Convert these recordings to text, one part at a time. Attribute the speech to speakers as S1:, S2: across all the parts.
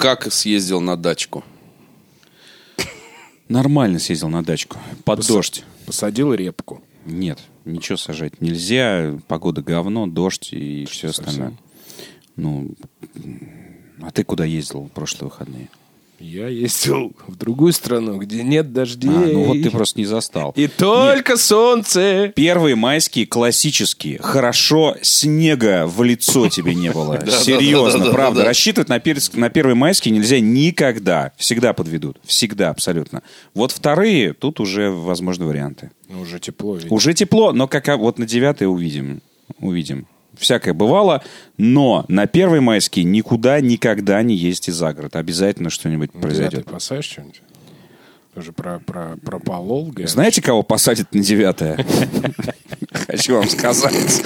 S1: Как съездил на дачку?
S2: Нормально съездил на дачку. Под
S3: Пос-
S2: дождь.
S3: Посадил репку.
S2: Нет, ничего сажать нельзя. Погода говно, дождь и все остальное. Ну, а ты куда ездил в прошлые выходные?
S3: Я ездил в другую страну, где нет дождей.
S2: А, ну вот ты просто не застал.
S3: И только солнце.
S2: Первые майские классические. Хорошо, снега в лицо тебе не было.
S1: да, да,
S2: Серьезно,
S1: да,
S2: правда.
S1: да.
S2: Рассчитывать на перс- на первые майские нельзя никогда. Всегда подведут. Всегда, абсолютно. Вот вторые, тут уже возможны варианты.
S3: Ну, Уже тепло ведь.
S2: Уже тепло, но как а, вот на 9 увидим. Увидим. Всякое бывало, но на первой майские никуда никогда не ездите за город. Обязательно что-нибудь
S3: Ну, тебя
S2: произойдет.
S3: Ты посадишь что-нибудь? Тоже про, про, про полол, говорят.
S2: Знаете, кого посадят на девятое? Хочу вам сказать.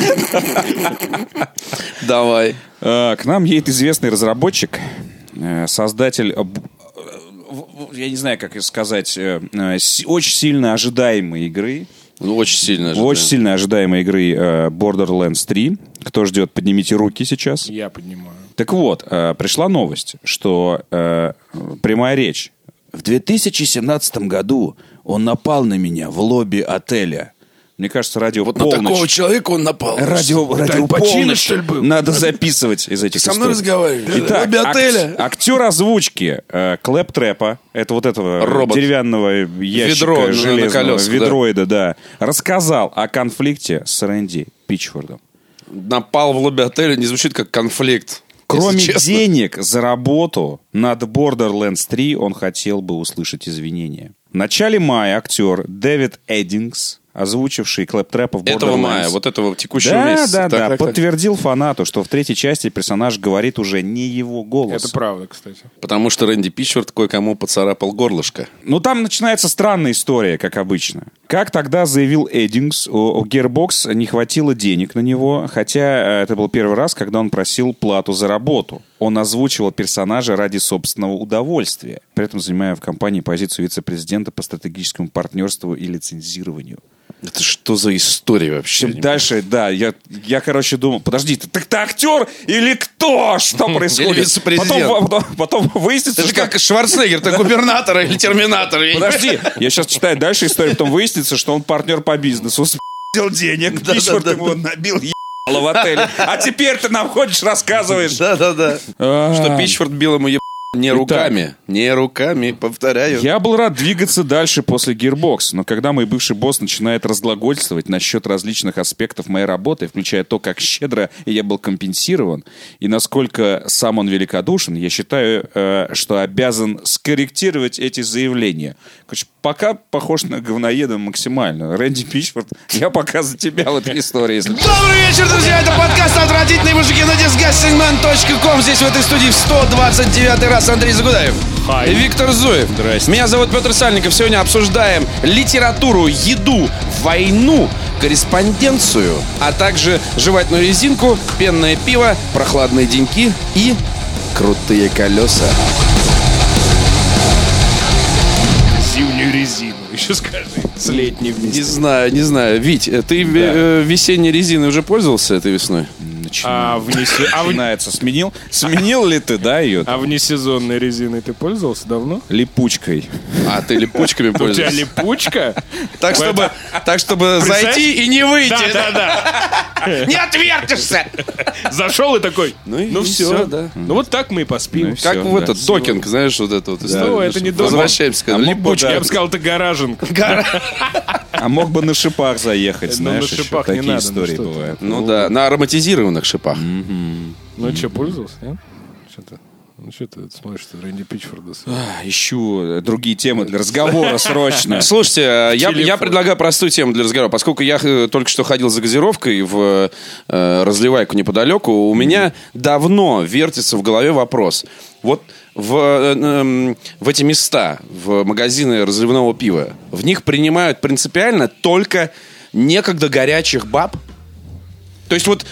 S1: Давай.
S2: Э, К нам едет известный разработчик, э, создатель, э, б- э, в- в- я не знаю, как это сказать, э, э, с- очень сильно ожидаемой игры.
S1: Ну, очень сильно. же,
S2: Очень
S1: да.
S2: сильно ожидаемой игры э, Borderlands 3. Кто ждет, поднимите руки сейчас.
S3: Я поднимаю.
S2: Так вот, э, пришла новость, что э, прямая речь. В 2017 году он напал на меня в лобби отеля. Мне кажется, радио
S1: Вот
S2: полночь.
S1: на такого человека он напал.
S2: Радио,
S1: Ты
S2: радио
S1: Альпачино,
S2: полночь
S1: что ли, был?
S2: Надо записывать из этих
S1: Со мной
S2: историй.
S1: разговариваешь.
S2: Итак, А.
S1: Лобби
S2: ак-
S1: отеля.
S2: актер озвучки э, Клэп Трэпа, это вот этого
S1: Робот.
S2: деревянного ящика
S1: Ведро на- на
S2: железного,
S1: колесах, да.
S2: ведроида, да. рассказал о конфликте с Рэнди Пичфордом.
S1: Напал в лобби отеля не звучит как конфликт.
S2: Кроме
S1: если честно.
S2: денег за работу над Borderlands 3 он хотел бы услышать извинения. В начале мая актер Дэвид Эддингс, озвучивший Клэптрэпа в Borderlands...
S1: Этого мая, вот этого текущего
S2: да,
S1: месяца.
S2: Да,
S1: Так,
S2: да,
S1: так, так.
S2: Подтвердил фанату, что в третьей части персонаж говорит уже не его голос.
S3: Это правда, кстати.
S1: Потому что Рэнди Пичфорд кое-кому поцарапал горлышко.
S2: Ну, там начинается странная история, как обычно. Как тогда заявил Эддингс, у, у Gearbox не хватило денег на него, хотя э, это был первый раз, когда он просил плату за работу. Он озвучивал персонажа ради собственного удовольствия, при этом занимая в компании позицию вице-президента по стратегическому партнерству и лицензированию.
S1: Это что за история вообще?
S2: Чем дальше, да, я, я, короче, думал, подожди, ты, так ты актер или кто? Что происходит?
S1: Хм, вице-президент.
S2: Потом, потом, потом выяснится,
S1: Это
S2: что...
S1: как Шварценеггер, ты губернатор или терминатор. я не
S2: Подожди, я сейчас читаю дальше историю, потом выяснится, что он партнер по бизнесу. Он спи***л денег,
S1: Да, да,
S2: Пичфорд
S1: да,
S2: ему набил ебало в отеле. А теперь ты нам ходишь, рассказываешь.
S1: Да-да-да. Что
S2: А.
S1: Пичфорд бил ему еб... не руками. Не руками, повторяю.
S2: Я был рад двигаться дальше после Gearbox, но когда мой бывший босс начинает разглагольствовать насчет различных аспектов моей работы, включая то, как щедро я был компенсирован, и насколько сам он великодушен, я считаю, э, что обязан скорректировать эти заявления. Короче, пока похож на говноеда максимально. Рэнди Пичфорд, я пока за тебя в этой истории. если
S4: Добрый вечер, друзья! Это подкаст «Отвратительные мужики» на disgustingman.com. Здесь, в этой студии, в 129 раз Андрей Загудаев. И Виктор Зуев.
S2: Здрасте.
S4: Меня зовут Петр Сальников. Сегодня обсуждаем литературу, еду, войну, корреспонденцию, а также жевательную резинку, пенное пиво, прохладные деньки и крутые колеса.
S3: Зимнюю резину. Еще скажи. С летней вниз.
S1: Не знаю, не знаю. Вить, э, ты э, весенней резиной уже пользовался этой весной?
S2: Начина-
S3: А вне, се- а, в-
S2: Начинается. Сменил? Сменил ли ты, да, ее?
S3: а внесезонной резиной ты пользовался давно?
S2: Липучкой.
S1: А ты липучками
S3: У тебя
S1: пользовался?
S3: липучка?
S1: Так, чтобы, так, чтобы
S3: Представь-
S1: зайти и не выйти.
S3: Да, да, да.
S4: Не отвертишься!
S3: Зашел и такой.
S1: Ну и-
S3: Ну
S1: и
S3: все.
S1: всё, да.
S3: Ну вот так мы и поспим.
S2: всё.
S1: Как
S2: Всё,
S1: в
S2: да.
S1: этот докинг, знаешь, вот эту вот историю.
S3: это не А докинг.
S1: Возвращаемся к этому. Липучки.
S3: Я бы сказал, это гараженка.
S2: А мог бы на шипах заехать,
S3: Ну, на
S2: знаешь, еще
S3: шипах не
S2: такие
S3: надо, ну
S2: истории
S3: что ты.
S2: бывают.
S1: Ну да, на ароматизированных шипах.
S3: Ну что, пользовался, нет? Что ты? Ну что ты смотришь, что Рэнди Пичфорда?
S2: А, Ищу э, другие темы для разговора срочно.
S1: Слушайте, э, я,
S3: телефон.
S1: я предлагаю простую тему для разговора. Поскольку я э, только что ходил за газировкой в э, разливайку неподалеку, у меня давно вертится в голове вопрос. Вот в, э, эм, в эти места, в магазины разливного пива, в них принимают принципиально только некогда горячих баб? То есть вот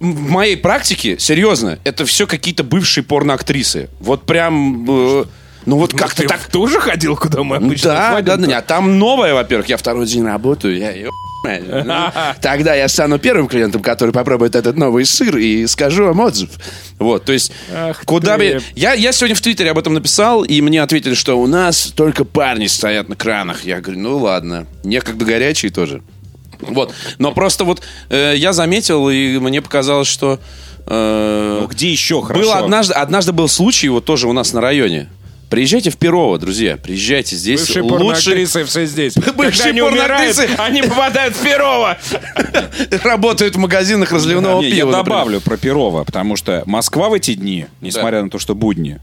S1: м- в моей практике, серьезно, это все какие-то бывшие порноактрисы. Вот прям... э, ну вот как-то
S3: Ты
S1: так
S3: так тоже ходил, куда мы обычно
S1: да, да,
S3: ходим-то?
S1: да, а там новая, во-первых, я второй день работаю, я ё- Тогда я стану первым клиентом, который попробует этот новый сыр и скажу вам отзыв. Вот, то есть,
S3: Ах
S1: куда
S3: ты.
S1: бы... Я, я сегодня в Твиттере об этом написал, и мне ответили, что у нас только парни стоят на кранах. Я говорю, ну ладно, некогда горячие тоже. Вот, но просто вот э, я заметил, и мне показалось, что... э,
S2: Ну, где еще хорошо?
S1: был однажды, однажды был случай, вот тоже у нас на районе. Приезжайте в Перово, друзья, приезжайте здесь.
S3: Бывшие
S1: лучшие
S3: порноактрисы все здесь. Когда они умирают,
S1: порноактрисы.
S3: они попадают в Перово.
S1: работают в магазинах разливного
S2: Не,
S1: пива.
S2: Я
S1: например.
S2: добавлю про Перова, потому что Москва в эти дни, несмотря на то, что будни,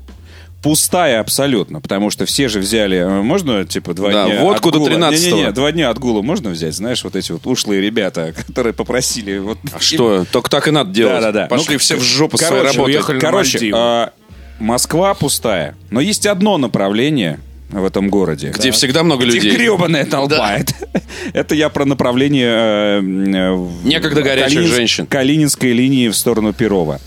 S2: пустая абсолютно, потому что все же взяли... э, Можно, типа, два
S1: Да,
S2: дня
S1: водку до
S2: отгула?
S1: 13-го.
S2: Не-не-не, два дня отгула можно взять, знаешь, вот эти вот ушлые ребята, которые попросили... Вот,
S1: А Что? Только так и надо делать.
S2: Да-да-да.
S1: Пошли
S2: Ну,
S1: все в жопу с своей
S2: Короче,
S1: работы.
S3: уехали на
S2: Короче,
S3: Мальдивы.
S2: а, Москва пустая, но есть одно направление в этом городе.
S1: Где всегда много людей.
S2: гребаная Типа толпа. Это, это я про направление... э, э, в-
S1: Некогда горячих
S2: Калининск-
S1: женщин.
S2: Калининской линии в сторону Перова.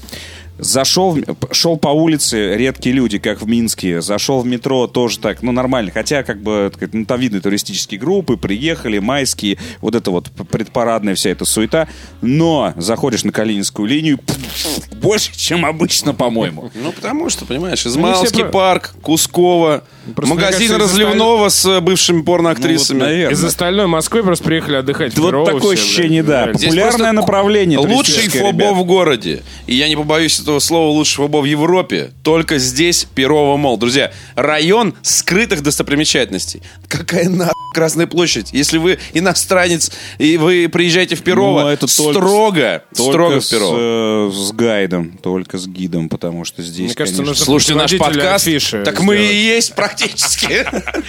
S2: Зашел, в- п- шел по улице, редкие люди, как в Минске. Зашел в метро, тоже так, ну, нормально. Хотя, как бы, так сказать, ну, там видно туристические группы, приехали, майские, вот это вот п- предпарадная вся эта суета. Но заходишь на Калининскую линию, пф, больше, чем обычно, по-моему.
S1: Ну, потому что, понимаешь,
S3: не все
S1: Измайловский
S3: про-
S1: парк, Кускова,
S3: Просто, мне
S1: магазин
S3: кажется, из
S1: разливного с э, бывшими порноактрисами.
S2: наверное.
S3: Из остальной Москвы просто приехали отдыхать в
S2: Вот
S3: Перово
S2: такое
S3: все, блядь,
S2: ощущение, да.
S3: реально.
S1: Здесь
S2: Популярное
S1: просто
S2: направление
S1: Лучший
S2: туристическое,
S1: фобо
S2: ребят.
S1: в городе. И я не побоюсь этого слова лучший фобо в Европе. Только здесь Перово Мол. Друзья, район скрытых достопримечательностей. Какая на Красная площадь? Если вы иностранец и вы приезжаете в Перово,
S2: Ну, это только-
S1: строго,
S2: Только
S1: строго в
S2: с,
S1: Перово.
S2: э, с гайдом, только с гидом, потому что здесь,
S3: Мне кажется,
S2: конечно,
S3: нужно
S1: Слушайте наш
S3: путеводитель
S1: подкаст.
S3: афиши
S1: так мы
S3: сделать.
S1: и есть практически.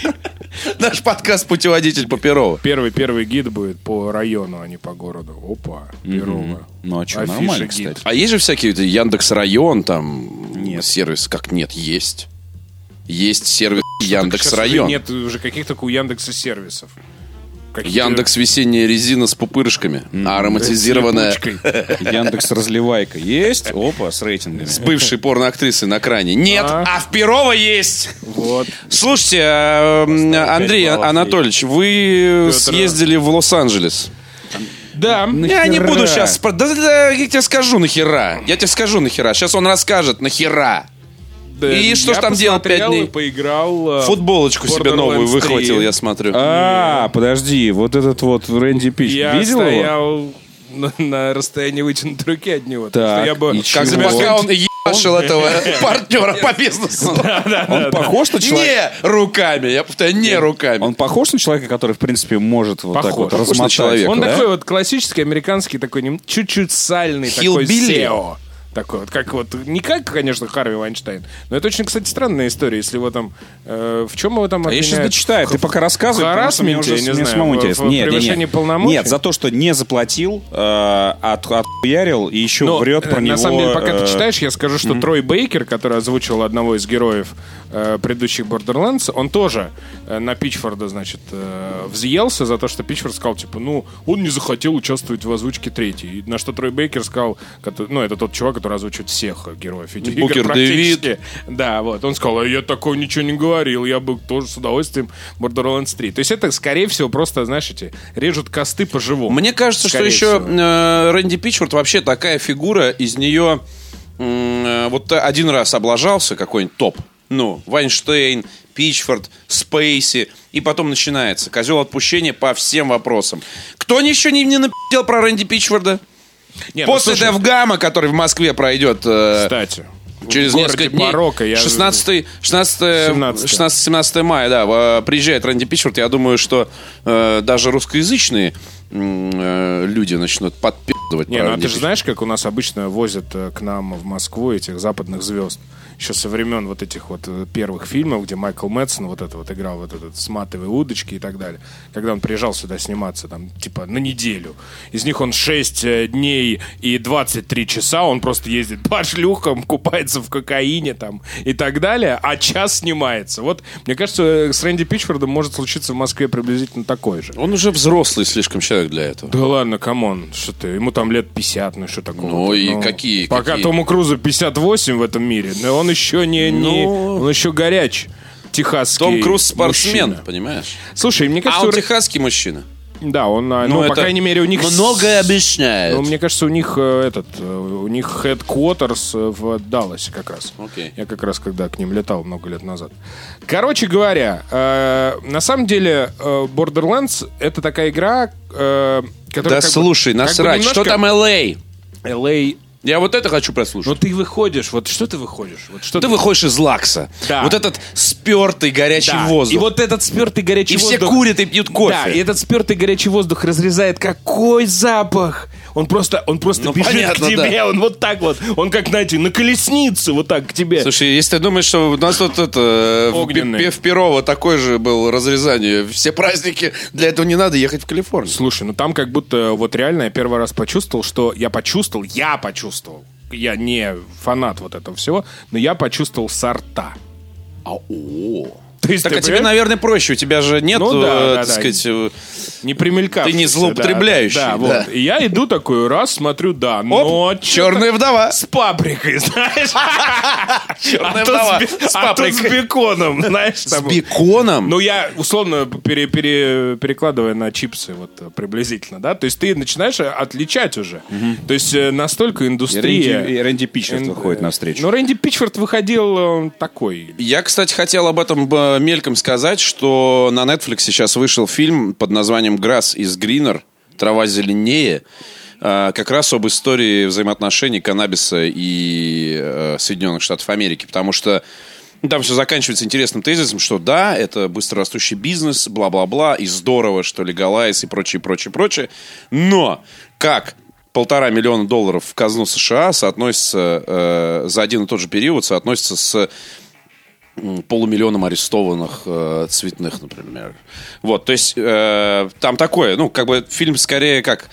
S1: Наш подкаст «Путеводитель по Перово».
S3: Первый, первый гид будет по району, а не по городу. Опа, Перово.
S2: Ну, а чё,
S3: Афиша
S2: нормально,
S3: гид.
S2: кстати.
S1: А есть же всякие вот Яндекс Район, там
S2: Нет.
S1: сервис, как нет, есть. Есть сервис Яндекс
S3: Сейчас уже
S1: Район.
S3: Нет уже каких-то у Яндекса сервисов. Какие-то
S1: Яндекс весенняя резина с пупырышками, а ароматизированная
S3: с липучкой.
S2: Яндекс разливайка есть? Опа, с рейтингами.
S1: с бывшей порноактрисой на кране. Нет,
S3: А.
S1: а в Перово есть.
S3: Вот.
S1: Слушайте, а, м, Андрей
S2: баллов
S1: Анатольевич, вы
S3: Пётр.
S1: съездили в Лос-Анджелес.
S3: Да.
S1: Я не
S2: Нахера?
S1: буду сейчас... Да, да, да, я тебе скажу нахера. Я тебе скажу нахера. Сейчас он расскажет нахера.
S3: Да,
S1: И что ж
S3: я
S1: там делать пять
S3: посмотрел
S1: дней?
S3: и поиграл. э,
S1: Футболочку себе
S3: Borderlands
S1: новую
S3: 3.
S1: выхватил, я смотрю.
S2: А, подожди, вот этот вот Рэнди Пич,
S3: Я
S2: видел его?
S3: стоял на, на расстоянии вытянутой руки от него. так
S2: Так,
S3: что я бы...
S2: и
S1: как
S2: чего?
S1: бы пока он ебашил этого партнера по бизнесу.
S2: Он похож на человека?
S1: Не руками, я повторяю, не руками.
S2: Он похож на человека, который, в принципе, может вот так
S3: Похож.
S2: вот
S3: Похож
S1: на
S2: размотать?
S1: человека,
S3: Он
S2: да?
S3: такой вот классический американский, такой нем- чуть-чуть сальный, такой
S1: Хиллбилли.
S3: SEO. Такой вот, как вот, не как, конечно, Харви Вайнштейн, но это очень, кстати, странная история, если его там, э, в чем его там
S2: А я сейчас
S3: обвиняют?
S2: дочитаю, ты пока рассказывай, потому что мне
S3: харасменте,
S2: уже
S3: я не
S2: мне
S3: знаю,
S2: самому
S3: в- в
S2: интересно. Нет, нет,
S3: превышении
S2: нет.
S3: полномочий?
S2: Нет, за то, что не заплатил, э, от, отхуярил и еще
S3: Ну,
S2: врет
S3: э,
S2: про
S3: на
S2: него.
S3: самом деле, пока
S2: э,
S3: ты читаешь, я скажу, что Трой Бейкер, который озвучил одного из героев э, предыдущих Borderlands, он тоже э, на Пичфорда, значит, э, взъелся за то, что Пичфорд сказал, типа, ну, он не захотел участвовать в озвучке третьей. И на что Трой Бейкер сказал, кото- ну, это тот чувак, который озвучивает всех э, героев этих игр
S1: Букер
S3: практически. Да, вот. Он сказал, а я такого ничего не говорил, я бы тоже с удовольствием Borderlands 3. То есть это, скорее всего, просто, знаешь, эти режут косты по-живому.
S1: Мне кажется, что
S3: Скорее
S1: еще
S3: всего.
S1: э, Рэнди Пичфорд вообще такая фигура, из нее м, э, вот один раз облажался какой-нибудь топ. Ну, Вайнштейн, Пичфорд, Спейси. И потом начинается козел отпущения по всем вопросам. Кто еще не, не напи***л про Рэнди Пичфорда?
S3: Не, ну,
S1: После
S3: слушай,
S1: Девгама, который в Москве пройдет э,
S3: Кстати.
S1: через
S3: в городе
S1: несколько дней.
S3: Барокко я-
S1: 16, 16,
S3: 17.
S1: 16, 17 мая, да, в- приезжает Рэнди Пичфорд. Я думаю, что э, даже русскоязычные м, э, люди начнут подпи***ывать.
S3: Не,
S1: про
S3: ну а
S1: Рэнди
S3: ты же
S1: Пичфорда.
S3: знаешь, как у нас обычно возят э, к нам в Москву этих западных звезд? Еще со времен вот этих вот э, первых фильмов, где Майкл Мэтсон вот это вот играл, вот этот с матовой удочки и так далее. Когда он приезжал сюда сниматься, там, типа, на неделю. Из них он 6 э, дней и 23 часа, он просто ездит по шлюхам, купается в кокаине там и так далее, а час снимается. Вот, мне кажется, э, с Рэнди Пичфордом может случиться в Москве приблизительно такое же.
S1: Он уже взрослый слишком человек для этого.
S3: Да ладно, камон, что ты, ему там лет 50, ну что такого?
S1: Ну и какие,
S3: Пока
S1: какие?
S3: Тому Крузу 58 в этом мире, но он еще не, не-
S1: Ну.
S3: он еще горяч. Техасский
S1: Том Круз спортсмен,
S3: мужчина.
S1: понимаешь?
S3: Слушай, мне
S1: А
S3: кажется,
S1: он
S3: у Рэ-
S1: техасский мужчина.
S3: Да, он, а, ну,
S1: Ну,
S3: по
S1: это
S3: крайней мере, у них... с-
S1: Многое объясняет.
S3: Ну, мне кажется, у них э, этот, э, у них headquarters э, в Далласе как раз.
S1: Окей.
S3: Я как раз когда к ним летал много лет назад. Короче говоря, э, на самом деле э, Borderlands это такая игра, э, которая...
S1: Да слушай, насрать. Что там LA?
S3: LA...
S1: Я вот это хочу прослушать.
S3: Ну ты выходишь, вот что ты выходишь? Вот что
S1: ты выходишь из лакса.
S3: Да.
S1: Вот этот спертый горячий
S3: Да.
S1: воздух.
S3: И вот этот спертый горячий
S1: И все
S3: воздух...
S1: курят и пьют кофе.
S3: Да, и этот спертый горячий воздух разрезает. Какой запах! Он просто, он просто
S1: Ну,
S3: бежит
S1: понятно,
S3: к тебе,
S1: да.
S3: он вот так вот, он как, знаете, на колеснице вот так к тебе.
S1: Слушай, если ты думаешь, что у нас тут это, э, в,
S3: Огненный.
S1: Пе- в Перово такое же было разрезание, все праздники, для этого не надо ехать в Калифорнию.
S3: Слушай, ну там как будто вот реально я первый раз почувствовал, что я почувствовал, я почувствовал, я не фанат вот этого всего, но я почувствовал сорта.
S1: А, о.
S3: То есть
S1: Так
S3: ты
S1: а тебе,
S3: понимаешь?
S1: наверное, проще. У тебя же нет, э,
S3: Ну да, да,
S1: так
S3: да.
S1: сказать... э,
S3: Не примелькавшийся.
S1: Ты не
S3: да,
S1: злоупотребляющий,
S3: Да,
S1: да.
S3: вот. И я иду такой, раз, смотрю, да, но... чё-то
S1: черная вдова.
S3: С паприкой, знаешь?
S1: Черная
S3: А тут
S1: вдова.
S3: бе-
S1: С
S3: а тут с
S1: паприкой.
S3: беконом, знаешь?
S1: С
S3: там.
S1: беконом?
S3: Ну, я условно пере- пере- перекладывая на чипсы вот э, приблизительно, да? То есть ты начинаешь э, отличать уже. То есть э, настолько индустрия...
S2: Рэнди, Рэнди Пичерс
S3: Эн-
S2: выходит
S3: э,
S2: навстречу.
S3: Ну, Рэнди Пичфорд выходил э, он такой.
S1: Я, кстати, хотел об этом э, мельком сказать, что на Netflix сейчас вышел фильм под названием «Грасс из Гринер. Трава зеленее». э, Как раз об истории взаимоотношений каннабиса и э, Соединенных Штатов Америки. Потому что ну, там все заканчивается интересным тезисом, что да, это быстрорастущий бизнес, бла-бла-бла, и здорово, что легалайз и прочее, прочее, прочее. Но как полтора миллиона долларов в казну США соотносится э, за один и тот же период, соотносится с м, полумиллионом арестованных э, цветных, например. Вот, то есть э, там такое, ну, как бы фильм скорее как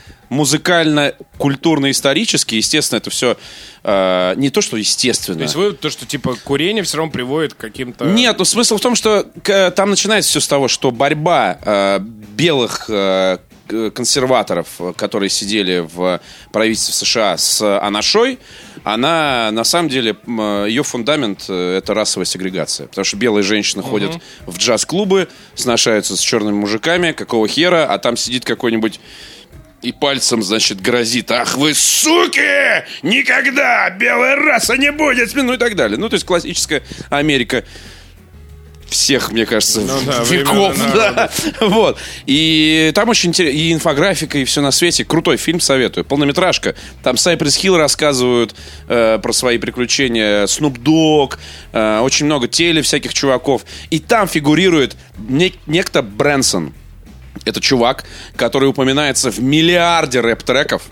S1: музыкально-культурно-исторический. Естественно, это все э, не то, что естественно.
S3: То есть вы то, что типа курение все равно приводит к каким-то...
S1: Нет, ну смысл в том, что к- э, там начинается все с того, что борьба э, белых э, к- консерваторов, э, которые сидели в правительстве США с Анашой, она на самом деле м, э, ее фундамент э, это расовая сегрегация, потому что белые женщины ходят в джаз-клубы, сношаются с черными мужиками, какого хера, а там сидит какой-нибудь и пальцем, значит, грозит. Ах вы суки! Никогда! Белая раса не будет! Ну и так далее. Ну, то есть классическая Америка всех, мне кажется,
S3: да,
S1: веков.
S3: времен и
S1: Да. Вот. И там очень интересно. И инфографика, и все на свете. Крутой фильм советую. Полнометражка. Там Сайпресс Хилл рассказывают э, про свои приключения. Снуп Дог. э, очень много теле всяких чуваков. И там фигурирует не- некто Брэнсон. Это чувак, который упоминается в миллиарде рэп-треков.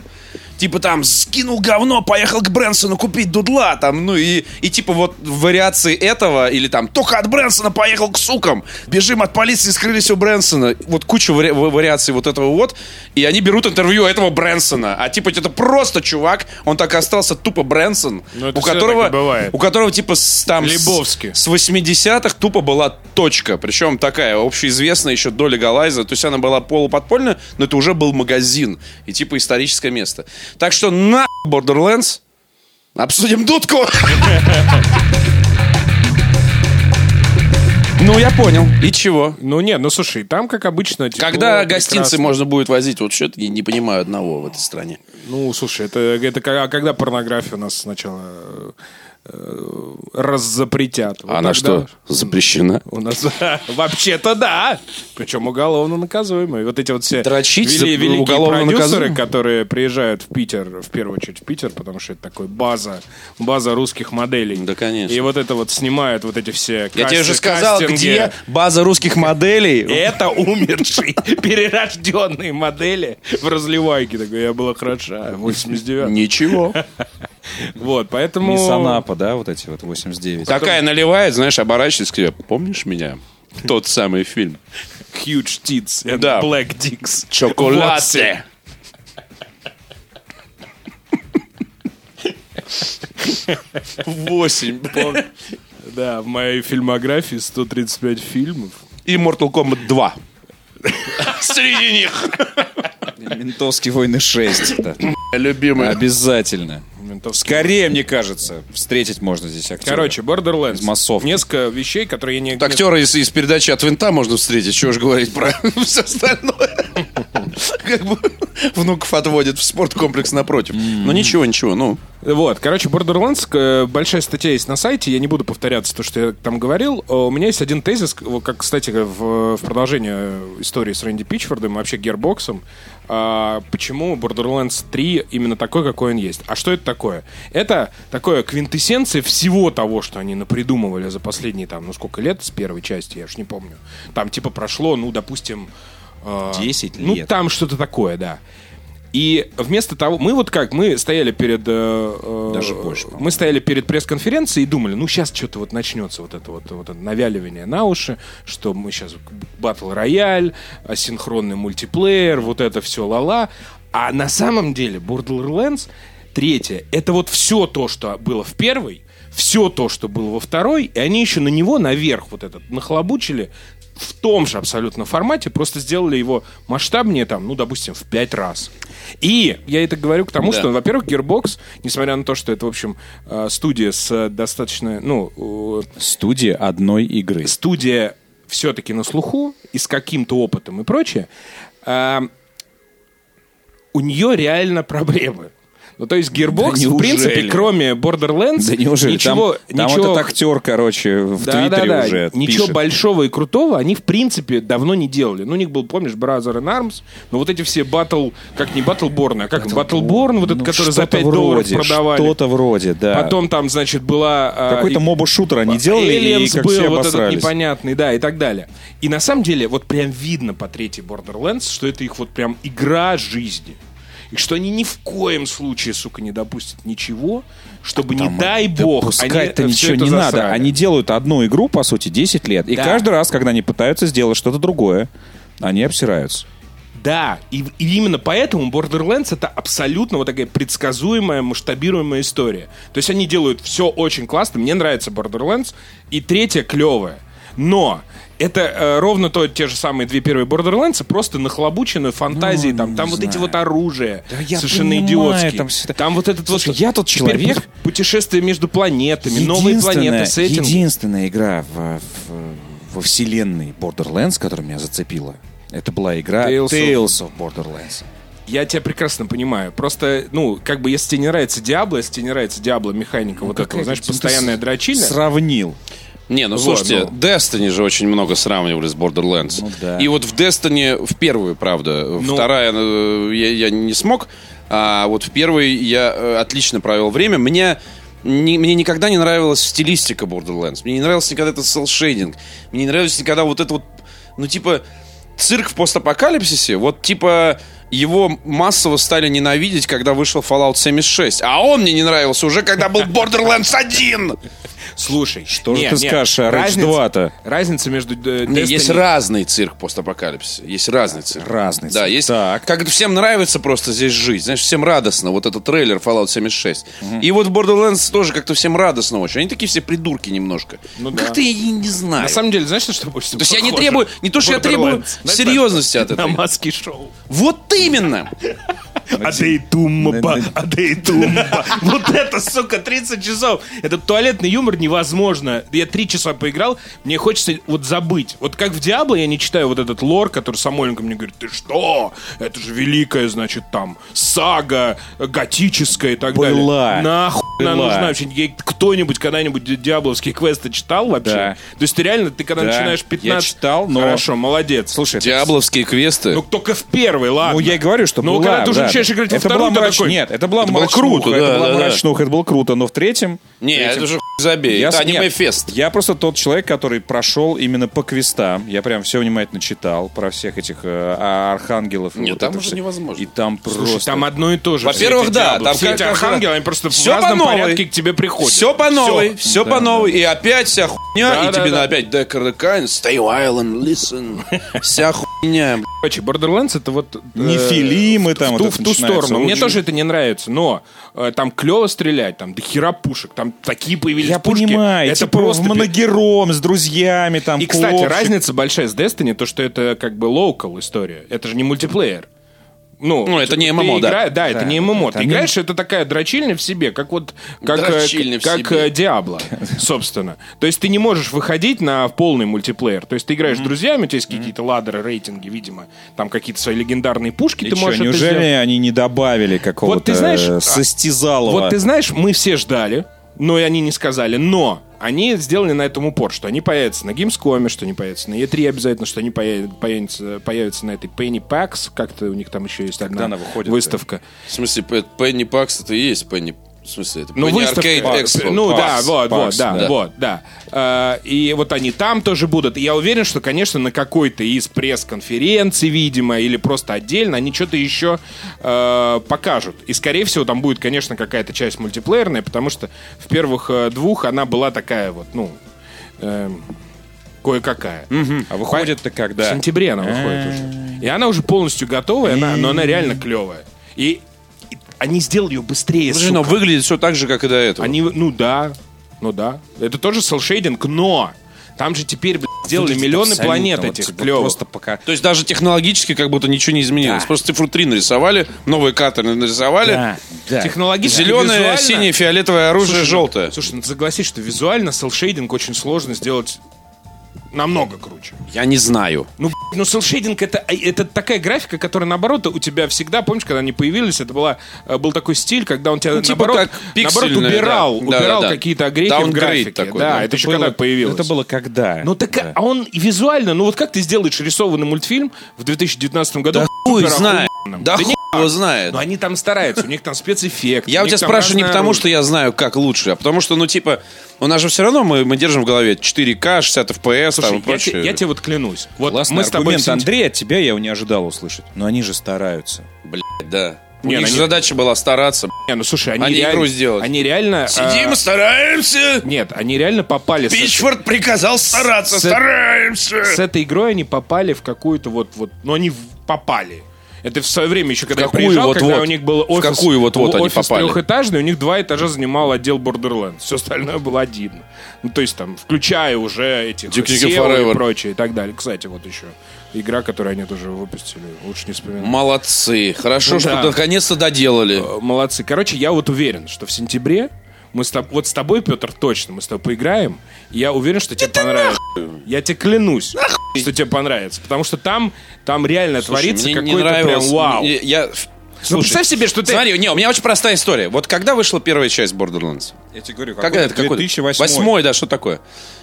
S1: Типа там скинул говно, поехал к Брэнсону купить дудла, там, ну и, и типа вот вариации этого, или там только от Брэнсона поехал к сукам, бежим от полиции, скрылись у Брэнсона. Вот куча вари- ва- вариаций вот этого вот, и они берут интервью этого Брэнсона. А типа это просто чувак, он так и остался тупо Брэнсон,
S3: Ну, это
S1: у
S3: всегда
S1: которого,
S3: так и бывает.
S1: у которого типа с- там с-
S3: Лебовски.
S1: с 80-х тупо была точка. Причем такая общеизвестная еще до легалайза. То есть она была полуподпольная, но это уже был магазин. И типа историческое место. Так что на Borderlands обсудим дудку. Ну, я понял. И чего?
S3: Ну нет, ну слушай, там как обычно... тепло,
S1: Когда
S3: прекрасно.
S1: гостинцы можно будет возить? Вот что-то я не понимаю одного в этой стране.
S3: Ну, слушай, это, это ка- а когда порнографию у нас сначала э, э, раззапретят? Вот
S1: А
S3: тогда
S1: запрещена?
S3: У нас вообще-то да, причем уголовно наказуемые. Вот эти вот все
S1: Дрочить за-
S3: вели- великие
S1: уголовно
S3: продюсеры,
S1: наказуемо?
S3: которые приезжают в Питер, в первую очередь в Питер, потому что это такой база, база русских моделей.
S1: Да, конечно.
S3: И вот это вот снимают вот эти все.
S1: Я тебе
S3: касти-
S1: уже сказал,
S3: кастинги.
S1: где база русских моделей.
S3: Это умершие, перерожденные модели в разливайке. Такой, я была хороша, 89
S1: Ничего.
S3: Вот, поэтому...
S2: Мисс Анапа, да, вот эти вот 89.
S1: Такая наливает, знаешь, оборачивается к тебе. Помнишь меня? Тот самый фильм.
S3: Huge tits and
S1: Да.
S3: black dicks.
S1: Чоколате. Восемь. блин.
S3: Да, в моей фильмографии 135 фильмов.
S1: И Mortal Kombat 2. Среди них.
S2: Ментовские войны 6. это
S1: Любимый.
S2: Обязательно.
S3: Ментовские.
S2: Скорее, мне кажется, встретить можно здесь актера.
S3: Короче, Borderlands.
S2: массовки.
S3: Несколько вещей, которые я не...
S1: Актера из, из передачи от винта можно встретить, чего уж говорить про все остальное. как бы внуков отводит в спорткомплекс напротив. Но ничего, ничего, ну.
S3: Вот, короче, Borderlands, э, большая статья есть на сайте, я не буду повторяться то, что я там говорил. Э, У меня есть один тезис, к- вот как, кстати, в, в продолжение истории с Рэнди Пичфордом, вообще Гербоксом, а, почему Borderlands 3 именно такой, какой он есть. А что это такое? Это такое квинтэссенция всего того, что они напридумывали за последние, там, ну сколько лет с первой части, я уж не помню. Там, типа, прошло, ну, допустим... э,
S2: 10
S3: ну,
S2: лет.
S3: там что-то такое, да. И вместо того, мы вот как, мы стояли перед... э, э,
S2: Даже больше, по-моему.
S3: Мы стояли перед пресс-конференцией и думали, ну сейчас что-то вот начнется вот это вот, вот это навяливание на уши, что мы сейчас батл рояль, асинхронный мультиплеер, вот это все ла-ла. А на самом деле Borderlands третье, это вот все то, что было в первой, все то, что было во второй, и они еще на него наверх вот этот нахлобучили в том же абсолютно формате, просто сделали его масштабнее, там, ну, допустим, в пять раз. И я это говорю к тому, что, во-первых, Gearbox, несмотря на то, что это, в общем, э, студия с э, достаточно, ну, э,
S2: Студия одной игры.
S3: студия все-таки на слуху и с каким-то опытом и прочее, а, у нее реально проблемы. Ну, то есть Gearbox,
S2: Да
S3: в принципе,
S2: неужели?
S3: кроме Borderlands,
S2: Да неужели?
S3: ничего,
S2: там, там
S3: ничего,
S2: этот актер, короче, в
S3: да, да,
S2: Твиттере
S3: да.
S2: уже
S3: Ничего
S2: пишет.
S3: большого и крутого они, в принципе, давно не делали. Ну, у них был, помнишь, Brother in Arms, но вот эти все батл, как не батлборны, а как батлборн, вот этот,
S2: Ну,
S3: который за
S2: что-то
S3: 5 долларов
S2: вроде,
S3: продавали.
S2: Что-то вроде, да.
S3: Потом там, значит, была... а,
S2: Какой-то
S3: и-
S2: моба-шутер они делали, и
S3: Aliens
S2: как
S3: был
S2: все
S3: вот этот
S2: обосрались.
S3: непонятный, да, и так далее. И на самом деле, вот прям видно по третьей Borderlands, что это их вот прям игра жизни. И что они ни в коем случае, сука, не допустят ничего, чтобы, не дай бог, они
S2: Пускай-то
S3: это
S2: ничего
S3: всё это
S2: не надо.
S3: засрали.
S2: Они делают одну игру, по сути, 10 лет. И
S3: Да.
S2: каждый раз, когда они пытаются сделать что-то другое, они обсираются.
S3: Да, и, и именно поэтому Borderlands это абсолютно вот такая предсказуемая, масштабируемая история. То есть они делают все очень классно, мне нравится Borderlands, и третья клевая. Но это э, ровно то, те же самые две первые Borderlands, просто нахлобучены
S2: Ну,
S3: фантазией, там, там вот эти вот оружия
S2: я
S3: совершенно
S2: понимаю,
S3: идиотские.
S2: там
S3: Там,
S2: всё это-
S3: вот этот
S2: Слушай,
S3: вот...
S2: я тот
S3: Теперь
S2: человек-
S3: пу- Путешествие между планетами, новые планеты,
S2: Единственная-
S3: сеттинг.
S2: Единственная игра в- в- во вселенной Borderlands, которая меня зацепила, это была игра
S3: Tales
S2: Tales of,
S3: of-
S2: Borderlands.
S3: Я тебя прекрасно понимаю. Просто, ну, как бы, если тебе не нравится Диабло, если тебе не нравится Диабло механика
S1: Ну,
S3: вот этого, Ну, знаешь,
S1: типа
S3: постоянная дрочильня.
S2: Сравнил.
S1: Не, ну
S3: Вот,
S1: слушайте, Destiny же очень много сравнивали с Borderlands.
S2: Ну да.
S1: И вот в Destiny, в первую, правда, вторая э, я, я не смог, а вот в первой я э, отлично провел время. Мне, не- мне никогда не нравилась стилистика Borderlands. Мне не нравился никогда этот селшейдинг. Мне не нравилось никогда вот это вот, ну типа, цирк в постапокалипсисе, вот типа его массово стали ненавидеть, когда вышел Fallout 76. А он мне не нравился уже, когда был Borderlands 1!
S3: Слушай, что
S2: же ты скажешь а, о Rage 2-то?
S3: Разница между э,
S1: Не, есть
S3: Destiny-
S1: разный цирк постапокалипсиса. Есть разный цирк.
S2: разный
S1: Да,
S2: цирк.
S1: есть...
S2: Так.
S1: Как это всем нравится просто здесь жить. Знаешь, всем радостно. Вот этот трейлер Fallout 76. И вот Borderlands тоже как-то всем радостно очень. Они такие все придурки немножко.
S3: Ну да.
S1: Как-то я и не знаю.
S3: На самом деле, знаешь, на что больше всего
S1: То есть я не
S3: похоже?
S1: требую... Не то, что я требую
S3: Borderlands. Знаешь,
S1: серьезности от
S3: На
S1: этого.
S3: маски шоу.
S1: Вот именно!
S3: Адейтумба, адейтумба. Вот это, сука, 30 часов. Этот туалетный юмор невозможно. Я три часа поиграл, мне хочется вот забыть. Вот как в Диабло я не читаю вот этот лор, который Самойленко мне говорит, ты что? Это же великая, значит, там, сага э, готическая и так
S2: Была.
S3: далее. Нахуй она
S2: Была.
S3: нужна вообще? Я- Кто-нибудь когда-нибудь ди- диабловские квесты читал вообще?
S2: Да.
S3: То есть ты реально, ты когда
S2: Да,
S3: начинаешь
S2: я
S3: 15...
S2: читал, но-
S3: Хорошо, молодец.
S2: Слушай, это
S1: Диабловские квесты.
S3: Ну, только в первый, ладно.
S2: Ну, я и говорю, что
S3: Но
S2: была,
S3: когда ты уже
S2: да.
S3: начинаешь играть во
S2: это
S3: вторую,
S2: была
S3: ты
S2: мрач-
S3: такой,
S2: Нет, это была
S1: было
S2: мрачнуха,
S1: круто,
S2: это
S1: да,
S2: была
S1: да, да.
S2: мрачнуха, это было круто, но в третьем...
S1: не, это же хуй забей.
S2: Я
S1: это
S2: с- нет,
S1: аниме-фест.
S2: Я просто тот человек, который прошел именно по квестам. Я прям все внимательно читал про всех этих э, а- архангелов. и
S1: Нет,
S2: вот
S1: там
S2: это
S1: уже
S2: всё.
S1: невозможно.
S2: И там
S3: Слушай,
S2: просто...
S3: там одно и то же.
S1: Во-первых,
S3: все эти
S1: да,
S3: дьяволы,
S1: там
S3: все
S1: как-
S3: эти
S1: как-
S3: архангелы, они просто в
S1: Всё
S3: разном
S1: по новой.
S3: порядке к тебе приходят.
S1: Все по новой,
S3: Всё.
S1: все
S2: Да,
S1: по
S2: да,
S1: новой. И опять вся хуйня,
S3: Да,
S1: и
S3: да,
S1: тебе
S3: да.
S1: на опять Decker the Kind, Stay Island, listen. Вся хуйня. б***ь.
S3: Короче, Borderlands это вот... э,
S2: Нефилимы там вот
S3: В ту,
S2: это
S3: в ту
S2: начинается.
S3: сторону. Мне
S2: Очень-
S3: тоже это не нравится, но э, там клево стрелять, там до хера пушек, там такие появились
S2: Я
S3: пушки.
S2: понимаю,
S3: это
S2: типа
S3: просто...
S2: в моногером с друзьями, там
S3: И, кстати,
S2: клопчик.
S3: разница большая с Destiny, то, что это как бы локал история. Это же не мультиплеер. Ну,
S1: Ну, это не
S3: ты
S1: ММО, да.
S3: игра- Да, это
S2: Да,
S3: не ММО.
S2: там
S3: Ты
S2: не-
S3: играешь, это такая дрочильня в себе, как вот... Как, э,
S1: Дрочильня в
S3: как
S1: себе.
S3: э, Диабло, собственно. То есть ты не можешь выходить на полный мультиплеер. То есть ты играешь с друзьями, у тебя есть какие-то ладеры, рейтинги, видимо. Там какие-то свои легендарные пушки.
S2: И
S3: ты
S2: чё,
S3: можешь это
S2: неужели
S3: сделать.
S2: они не добавили какого-то
S3: ты знаешь,
S2: э,
S3: а,
S2: состязалова?
S3: Вот ты знаешь, мы все ждали, но и они не сказали, но они сделали на этом упор, что они появятся на геймскоме, что они появятся на E3 обязательно, что они поя- появятся, появятся на этой Penny PAX, как-то у них там еще есть одна
S2: она выходит-то?
S3: выставка.
S1: В смысле, Пе- Пенни Пакс это и есть Пенни... В смысле, это
S3: Ну,
S1: Пенни
S3: выставка.
S1: Аркейд
S3: Пакс.
S1: Экспо.
S3: Ну, да,
S2: Пакс,
S3: вот,
S2: Пакс,
S3: вот, да,
S1: да.
S3: вот, да. А, И вот они там тоже будут. И я уверен, что, конечно, на какой-то из пресс-конференций, видимо, или просто отдельно, они что-то еще э, покажут. И, скорее всего, там будет, конечно, какая-то часть мультиплеерная, потому что в первых э, двух она была такая вот, ну, эм, кое-какая.
S2: А выходит-то
S3: В
S2: когда?
S3: сентябре она выходит уже. И она уже полностью готова, и она- но она реально клевая. И, и они сделали ее быстрее,
S1: Слушай, но
S3: сука.
S1: выглядит все так же, как и до этого.
S3: Они, ну да, ну да. Это тоже селшейдинг, но там же теперь, блядь, сделали
S2: Выглядит
S3: миллионы
S2: Ну, абсолютно
S3: планет
S2: вот
S3: этих
S2: вот
S3: клёвых.
S2: Просто пока...
S1: То есть даже технологически как будто ничего не изменилось. Просто цифру 3 нарисовали, новые катеры нарисовали.
S2: Да, да.
S3: Технологически
S1: Зеленое,
S3: визуально-
S1: синее, фиолетовое оружие,
S3: Слушай, ну,
S1: желтое.
S3: Слушай, ну, согласись, что визуально селшейдинг очень сложно сделать намного круче.
S1: Я не знаю.
S3: Ну, блядь, ну селшейдинг это, это такая графика, которая, наоборот, у тебя всегда, помнишь, когда они появились, это была, э, был такой стиль, когда он тебя,
S1: Ну, типа
S3: наоборот,
S1: как
S3: наоборот,
S1: пиксельная, да.
S3: убирал,
S1: Да,
S3: убирал
S1: да, да.
S3: какие-то огрехи в
S1: Downgrade
S3: графике.
S1: такой,
S3: да,
S1: да.
S3: это,
S1: Это
S3: еще когда появилось.
S2: А Это было когда?
S3: Ну так, а он и визуально, ну вот как ты сделаешь рисованный мультфильм в 2019 году?
S1: Да хуй
S3: супер
S1: знает.
S3: охуенным?
S1: Да
S3: Да
S1: хуй
S3: не- Ну,
S1: его знает.
S3: Но они там стараются, у них там спецэффект.
S1: Я у тебя спрашиваю не потому, что я знаю, как лучше, а потому что, ну, типа, у нас же все равно мы, мы держим в голове 4К, 60 FPS, там и
S3: я,
S1: прочее.
S3: те- я тебе вот клянусь. Вот
S2: Классный
S3: мы с тобой... в
S2: аргумент,
S3: сентя-
S2: Андрей, от тебя я его не ожидал услышать. Но они же стараются.
S1: Блядь, да. у
S3: Не, ну,
S1: них
S3: они-
S1: же задача была стараться. б***ь.
S3: Не, ну слушай, они,
S1: Они
S3: реально...
S1: игру сделают.
S3: Они реально...
S1: Сидим,
S3: а,
S1: стараемся!
S3: Нет, они реально попали... с-
S1: Пичфорд приказал стараться,
S3: с-
S1: стараемся!
S3: С этой игрой они попали в какую-то вот... вот Ну, они в- попали. Это в свое время еще, когда я
S1: какую
S3: приезжал, когда
S1: вот-вот?
S3: у них был
S1: В
S3: офис...
S1: какую вот-вот
S3: был
S1: они
S3: офис
S1: попали?
S3: трехэтажный, у них два этажа занимал отдел Borderlands. Все остальное было один. Ну, то есть там, включая уже этих
S1: Duke Nukem
S3: SEO
S1: Forever.
S3: и прочее и так далее. Кстати, вот еще игра, которую они тоже выпустили. Лучше не вспоминать.
S1: Молодцы. Хорошо,
S3: Ну
S1: что
S3: да.
S1: наконец-то доделали.
S3: Э, Молодцы. Короче, я вот уверен, что в сентябре мы с тоб- вот с тобой, Петр, точно, мы с тобой поиграем. И я уверен, что тебе понравится. Я тебе клянусь, что тебе понравится. Потому что там, там реально творится
S1: Слушай, мне не
S3: какой-то прям
S1: нравилось.
S3: вау.
S1: Мне- Я...
S3: Ну,
S1: Слушай,
S3: представь себе, что ты...
S1: Смотри, не, у меня очень простая история. Вот когда вышла первая часть Borderlands?
S2: Я тебе говорю,
S1: Когда это? Какой?
S2: 2008.
S1: Восьмой, да, что такое?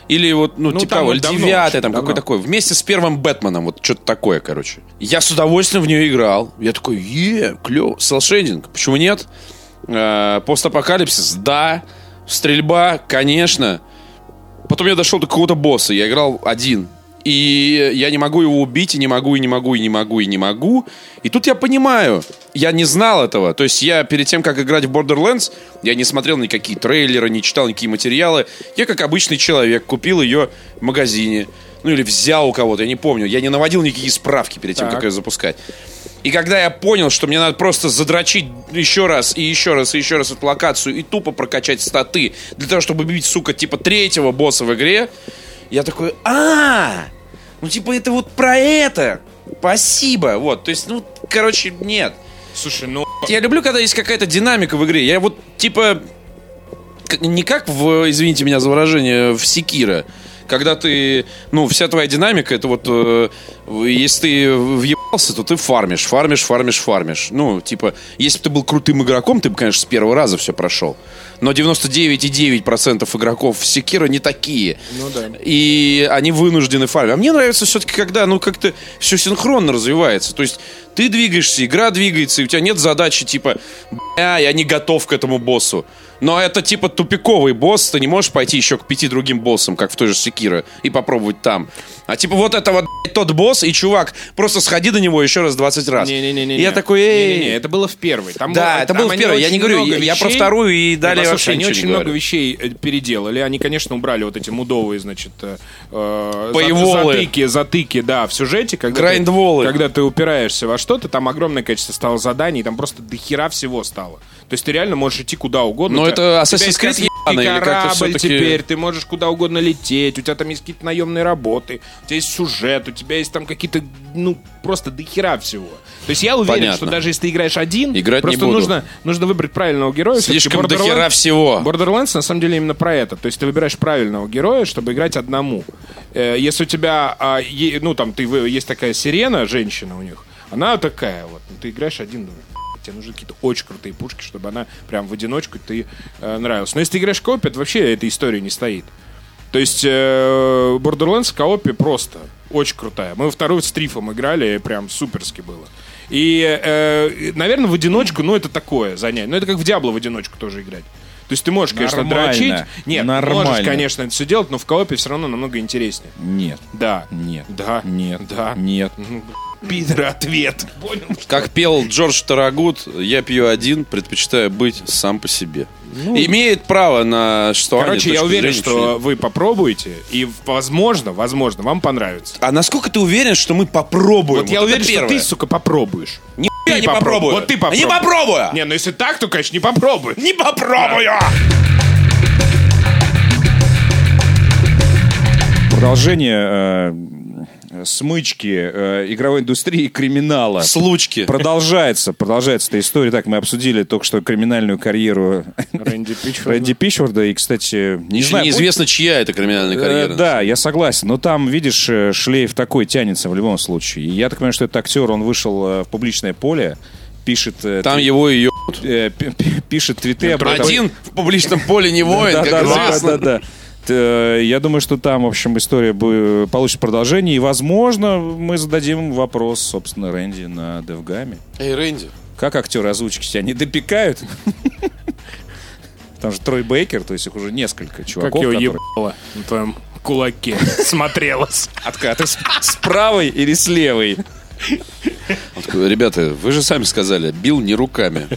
S1: Или вот, ну,
S3: Ну,
S1: типа
S3: там
S1: того,
S3: вот
S1: или
S3: давно,
S1: девятый,
S3: очень
S1: там,
S3: давно.
S1: какой такой. Вместе с первым Бэтменом, вот что-то такое, короче. Я с удовольствием в нее играл. Я такой, е, клево. Селшейдинг, почему нет? Э, Постапокалипсис, да. Стрельба, конечно. Потом я дошел до какого-то босса, я играл один. И я не могу его убить, и не могу, и не могу, и не могу, и не могу. И тут я понимаю, я не знал этого. То есть я перед тем, как играть в Borderlands, я не смотрел никакие трейлеры, не читал никакие материалы. Я, как обычный человек, купил ее в магазине. Ну или взял у кого-то, я не помню. Я не наводил никакие справки перед тем,
S3: Так.
S1: как ее запускать. И когда я понял, что мне надо просто задрочить еще раз и еще раз и еще раз эту локацию и тупо прокачать статы для того, чтобы бить, сука, типа третьего босса в игре, я такой, а, ну типа это вот про это, спасибо, вот, то есть, ну, короче, нет.
S3: Слушай, ну...
S1: Я люблю, когда есть какая-то динамика в игре. Я вот, типа, к- не как в, извините меня за выражение, в Секира. Когда ты, ну, вся твоя динамика, это вот, э, в- если ты въебался, то ты фармишь, фармишь, фармишь, фармишь. Ну, типа, если бы ты был крутым игроком, ты бы, конечно, с первого раза все прошел. Но 99,9% игроков в Секира не такие.
S3: Ну да.
S1: И они вынуждены фармить. А мне нравится все-таки, когда, ну, как-то все синхронно развивается. То есть ты двигаешься, игра двигается, и у тебя нет задачи, типа, бля, я не готов к этому боссу. Но это, типа, тупиковый босс, ты не можешь пойти еще к пяти другим боссам, как в той же Секира, и попробовать там. А типа вот это вот блядь, тот босс, и чувак, просто сходи до него еще раз 20 раз.
S3: Не-не-не-не.
S1: И я такой, эй.
S3: Не-не-не, это было в первой. Там
S1: Да,
S3: было-
S1: это
S3: там
S1: было в
S3: они
S1: первой. Я
S3: очень
S1: не говорю,
S3: много
S1: я- я про
S3: вещей-
S1: вторую и
S3: Не,
S1: далее
S3: послушай,
S1: вообще
S3: они
S1: ничего не
S3: очень много
S1: говорю.
S3: вещей э, переделали. Они, конечно, убрали вот эти мудовые, значит, э, э,
S1: Пейволы.
S3: затыки, затыки, да, в сюжете. Когда
S1: Грайндволы.
S3: Ты, когда ты упираешься во что-то, там огромное количество стало заданий, там просто дохера всего стало. То есть ты реально можешь идти куда угодно.
S1: Ну,
S3: У тебя-
S1: это
S3: у тебя
S1: Assassin's
S3: есть
S1: Creed
S3: космический
S1: ебаный, или как-то
S3: корабль
S1: всё-таки-
S3: теперь, ты можешь куда угодно лететь, у тебя там есть какие-то наемные работы, у тебя есть сюжет, у тебя есть там какие-то, ну, просто дохера всего. То есть я уверен,
S1: Понятно.
S3: что даже если ты играешь один,
S1: Играть не
S3: просто
S1: буду.
S3: нужно, нужно выбрать правильного героя. Всё-таки
S1: Слишком
S3: Borderlands-
S1: дохера всего.
S3: Borderlands на самом деле именно про это. То есть ты выбираешь правильного героя, чтобы играть одному. Э, Если у тебя, а, е- ну там, ты, вы- есть такая сирена, женщина у них, она такая вот. Ну, Ты играешь один, думаешь, «П***, тебе нужны какие-то очень крутые пушки, чтобы она прям в одиночку ты э, нравилась. Но если ты играешь в коопе, то вообще этой истории не стоит. То есть э, Borderlands в коопе просто очень крутая. Мы во вторую с Трифом играли, и прям суперски было. И, наверное, в одиночку, ну, это такое занятие. Ну, это как в Диабло в одиночку тоже играть. То есть ты можешь, конечно,
S2: Нормально.
S3: дрочить. Нет, можешь,
S2: Нормально.
S3: конечно, это все делать, но в коопе все равно намного интереснее.
S2: Нет. Ну,
S3: Да.
S2: Нет.
S3: Да.
S2: Нет.
S3: Да.
S2: Нет.
S3: Пидор ответ.
S1: Как пел Джордж Тарагут, я пью один, предпочитаю быть сам по себе. Имеет право на что
S3: Короче, я уверен, что вы попробуете, и, возможно, возможно, вам понравится.
S1: А насколько ты уверен, что мы попробуем?
S3: Вот, я
S1: это
S3: уверен, что
S1: первое.
S3: ты, сука, попробуешь.
S1: Нихуя
S3: ты
S1: не
S3: попробуй.
S1: попробую.
S3: Вот ты попробуй.
S1: Не попробую.
S3: Не, ну если так, то, конечно, не попробуй.
S1: Не попробую.
S2: Продолжение э, смычки э, игровой индустрии и криминала.
S1: Случки.
S2: Продолжается, продолжается эта история. Так, мы обсудили только что криминальную карьеру
S3: Рэнди Пичфорда.
S2: Рэнди Пичфорда. И, кстати, не знаю... он-
S1: Неизвестно, чья это криминальная
S2: Э,
S1: карьера.
S2: Да, я согласен. Но там, видишь, э, шлейф такой тянется в любом случае. И я так понимаю, что этот актер, он вышел э, в публичное поле, пишет... э,
S1: Там
S2: тви-
S1: его и ё-
S2: э, пи- пи- Пишет твиты об этом.
S1: Один в публичном поле не воин,
S2: Да,
S1: как
S2: да, да,
S1: известно.
S2: да, да. Т- э, Я думаю, что там, в общем, история бы- э, получит продолжение. И, возможно, мы зададим вопрос, собственно, Рэнди на Девгаме.
S1: Эй, Рэнди.
S2: Как актеры озвучки себя не допекают? Там же Трой Бейкер, то есть их уже несколько
S3: Как
S2: чуваков.
S3: его
S2: которые-
S3: ебало на твоем кулаке. Смотрелось.
S2: Откаты с- с правой или с левой?
S1: Он такой, Ребята, вы же сами сказали, бил не руками.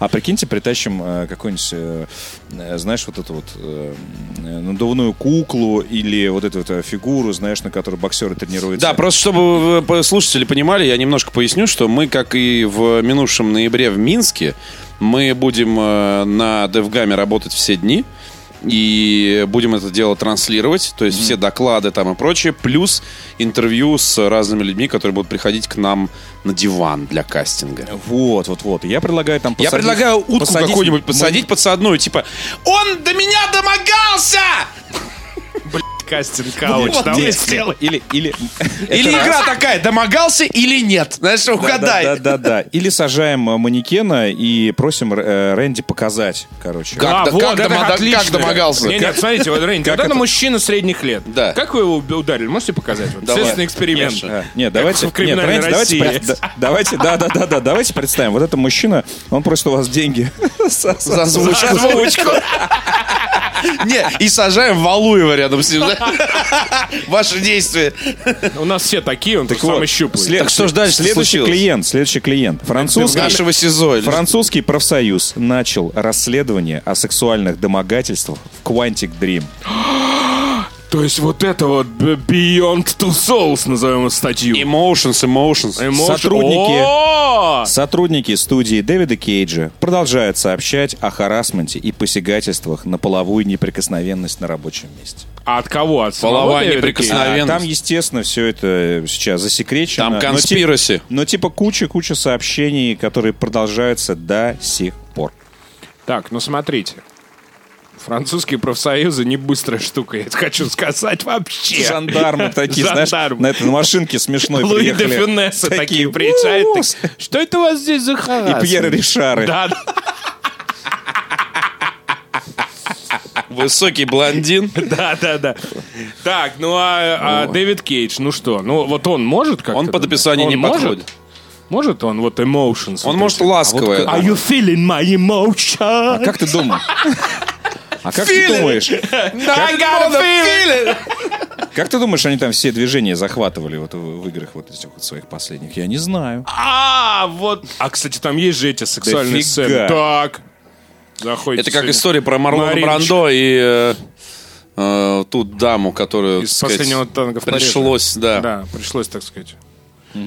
S2: А прикиньте, притащим э, какую-нибудь, э, э, знаешь, вот эту вот э, надувную куклу или вот эту вот э, фигуру, знаешь, на которой боксеры тренируются.
S1: Да, просто чтобы э, слушатели понимали, я немножко поясню, что мы, как и в минувшем ноябре в Минске, мы будем э, на Девгаме работать все дни. И будем это дело транслировать, то есть все доклады там и прочее, плюс интервью с разными людьми, которые будут приходить к нам на диван для кастинга.
S2: Вот, вот, вот. Я предлагаю там
S1: Я
S2: посадить-
S1: предлагаю утку
S2: посадить-
S1: какую-нибудь посадить подсадную, типа «Он до меня домогался!»
S3: Кастинг кауч.
S2: Ну, Вот
S3: Там
S2: если.
S3: есть тело.
S2: Или, или...
S1: Или игра такая «Домогался или нет?» Знаешь, угадай.
S2: Да, да, да, да. Или сажаем э, манекена и просим э, Рэнди показать, короче.
S1: Как
S3: А,
S1: да-
S3: вот,
S1: как
S3: это
S1: домога- как
S3: отлично.
S1: домогался?
S3: Не, нет, смотрите, вот Рейн, когда на мужчина средних лет,
S1: Да.
S3: как вы его уб- ударили? Можете показать? Вот,
S1: Давай.
S3: Следственный эксперимент.
S1: Конечно.
S2: А, Нет, давайте,
S3: в криминальной
S2: нет, давайте,
S3: России.
S2: давайте, пред- да, давайте, да, да, да, да, давайте представим. Вот этот мужчина, он просит у вас деньги за за
S1: озвучку. Не, и сажаем Валуева рядом с ним. да? Ваши действия.
S3: У нас все такие, он так
S2: Вот.
S3: самый щуплый.
S2: След-
S1: Так что ж дальше
S2: Следующий
S1: случилось?
S2: клиент, следующий клиент.
S1: С
S2: Французский,
S1: нашего СИЗО.
S2: французский профсоюз начал расследование о сексуальных домогательствах в Quantic Dream.
S3: То есть вот это вот б- Beyond Two Souls, назовем эту статью.
S1: Emotions, emotions.
S3: Emotion-
S2: сотрудники-
S3: О!
S2: Сотрудники студии Дэвида Кейджа продолжают сообщать о харасменте и посягательствах на половую неприкосновенность на рабочем месте.
S3: А от кого? От самого
S1: Половая
S3: Дэвида
S1: неприкосновенность.
S2: А
S1: Мгновенность.
S2: Там, естественно, все это сейчас засекречено.
S1: Там
S2: но тип-
S1: конспираси.
S2: Но типа куча-куча сообщений, которые продолжаются до сих пор.
S3: Кейджа? Так, ну смотрите. Французские профсоюзы не быстрая штука, я это хочу сказать вообще.
S2: Жандармы такие, знаешь,
S3: Жандармы.
S2: на этой машинке смешной
S3: Луи де
S2: приехали.
S3: Фюнесы такие приезжают.
S2: «У-у-у».
S3: так, Что это у вас А здесь за харасмент?»
S2: И Пьер Ришары.
S3: Да, да.
S1: Высокий блондин.
S3: Да, да, да. Так, ну а, а Дэвид Кейдж, ну что? Ну вот он может как-то?
S1: Он под описание
S3: Он
S1: не
S3: может?
S1: подходит.
S3: Может он вот emotions?
S1: Он
S3: вот
S1: может
S3: эти?
S1: ласковое.
S3: Are you feeling my emotion?
S2: А как ты думаешь? А как ты думаешь?
S3: I got a feeling.
S2: Как ты думаешь, они там все движения захватывали вот в в играх вот этих вот своих последних? Я не знаю.
S3: А, вот. А, кстати, там есть же эти сексуальные
S2: Дофига.
S3: сцены. Так. Заходите.
S1: Это как
S3: сегодня.
S1: история про Марлона
S3: Мариночка.
S1: Брандо и э, э, ту даму, которую,
S3: Из
S1: так сказать,
S3: последнего танка в Париже.
S1: пришлось, да.
S3: Да, пришлось, так сказать,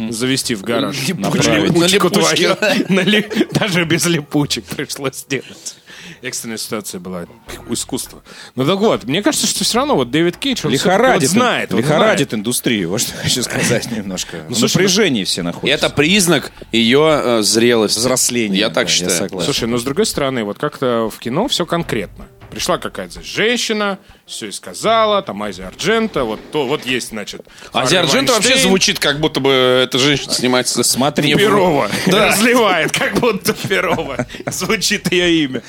S3: завести в гараж.
S1: Липучку.
S3: Направить.
S1: На липучке.
S3: На ли- Даже без липучек пришлось сделать. экстренная ситуация была. Искусство. Ну так вот, мне кажется, что все равно вот Дэвид Кейдж, он всё-таки
S2: Лихорадит,
S3: вот знает. он
S2: лихорадит
S3: знает. Ну,
S2: индустрию, вот что я хочу сказать немножко. В
S3: слушай,
S2: напряжении все находятся.
S1: Это признак ее э, зрелости.
S2: взросление.
S1: Я так
S2: да,
S1: считаю.
S2: Я согласен.
S3: Слушай, но с другой стороны, вот как-то в кино все конкретно. Пришла какая-то женщина, все и сказала, там Азия Арджента, вот то, вот есть, значит.
S1: Азия
S3: Харви
S1: Арджента А вообще
S3: Вайнштейн,
S1: звучит, как будто бы эта женщина снимается
S2: Смотри,
S1: не в-
S3: Перова. Разливает, как будто Перова. Звучит ее имя.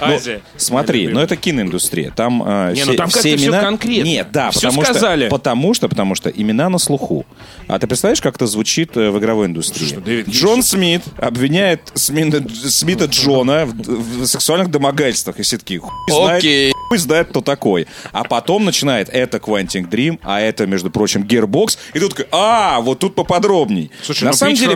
S3: Азия.
S2: Ну, Смотри, но это киноиндустрия. Там э,
S3: Не,
S2: все,
S3: ну там
S2: все
S3: как-то всё
S2: имена...
S3: конкретно.
S2: Нет, да,
S3: Всё
S2: потому
S3: сказали.
S2: что, потому что, потому что имена на слуху. А ты представляешь, как это звучит э, в игровой индустрии?
S3: Дэвид Гейдж-
S2: Джон Смит обвиняет Смина- Смита Джона в, в сексуальных домогательствах. И все такие, хуй
S1: Окей.
S2: знает, хуй знает, кто такой. А потом начинает, это Quantic Dream, а это, между прочим, Gearbox. И тут такой, а, вот тут поподробнее.
S3: Слушай, на ну, самом деле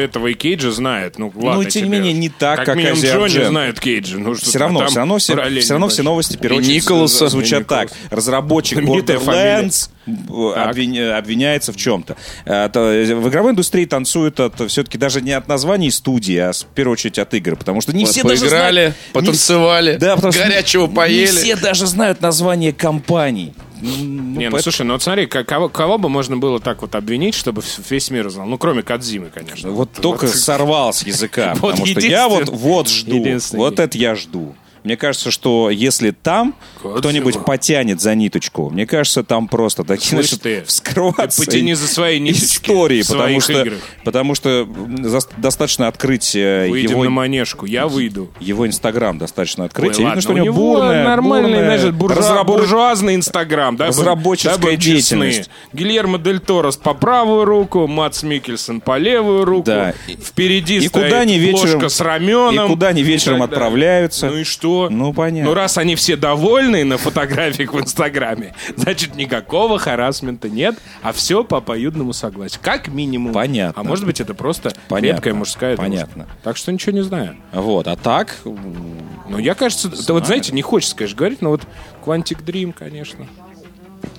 S3: и этого и Кейджа знают. Ну, ладно
S2: и тем не
S3: тебе.
S2: менее, не так, как
S3: минимум
S2: Азия
S3: Джонни
S2: Арджента.
S3: знают Кейджа. Ну, что
S2: все равно,
S3: там
S2: все равно, все,
S3: параллели
S2: все равно все
S3: большие.
S2: новости в первую
S1: И
S2: очередь,
S1: Николаса.
S2: з- звучат
S3: И Николаса.
S2: так. Разработчик
S3: Знаменитая фамилия.
S2: Borderlands б- обвин- обвиняется в чем-то. В игровой индустрии танцуют от все-таки даже не от названий студии, а с- в первую очередь от игр, потому что не
S1: Вот
S2: все даже
S1: поиграли,
S2: знают- не
S1: потанцевали,
S2: вс- да, потому что
S1: горячего
S2: не-
S1: поели.
S2: Не все даже знают название компаний.
S3: Не, ну слушай, ну вот смотри, ка- кого, кого бы можно было так вот обвинить, чтобы вс- весь мир знал? Ну, кроме Кадзимы, конечно.
S2: Вот только сорвал с языка,
S3: Вот
S2: потому что я вот
S3: единственный-
S2: вот жду,
S3: единственный.
S2: вот это я жду. Мне кажется, что если там
S3: Кот
S2: кто-нибудь
S3: его.
S2: потянет за ниточку, мне кажется, там просто такие
S3: Слышь
S2: начнут
S3: ты,
S2: вскрываться
S3: ты потяни за свои ниточки
S2: истории,
S3: в
S2: потому
S3: своих
S2: что,
S3: играх.
S2: потому что м, зас- достаточно открыть э,
S3: Выйдем
S2: его
S3: на манежку, я выйду.
S2: его инстаграм достаточно открыть.
S3: Ой,
S2: и видно,
S3: ладно,
S2: что у него, бурная,
S3: нормальный,
S2: бурная
S3: значит, буржуа-
S2: разработ-
S3: буржуазный инстаграм, да?
S2: разработческая
S3: будем честны.
S2: деятельность.
S3: Гильермо Дель Торос по правую руку, Мац Микельсон по левую руку.
S2: Да.
S3: Впереди
S2: И
S3: стоит
S2: куда они вечером-
S3: ложка с раменом.
S2: и куда они вечером
S3: так далее.
S2: отправляются.
S3: Ну и что?
S2: Ну, понятно.
S3: Ну раз они все довольны на фотографиях в инстаграме, значит никакого харасмента нет, а все по обоюдному согласию. Как минимум.
S2: Понятно.
S3: А может быть это просто
S2: Понятно.
S3: крепкая мужская дружба.
S2: Понятно.
S3: Так что ничего не знаю.
S2: Вот, а так
S3: Ну, я, кажется, да вот, знаете, не хочется, конечно, говорить, но вот Quantic Dream, конечно.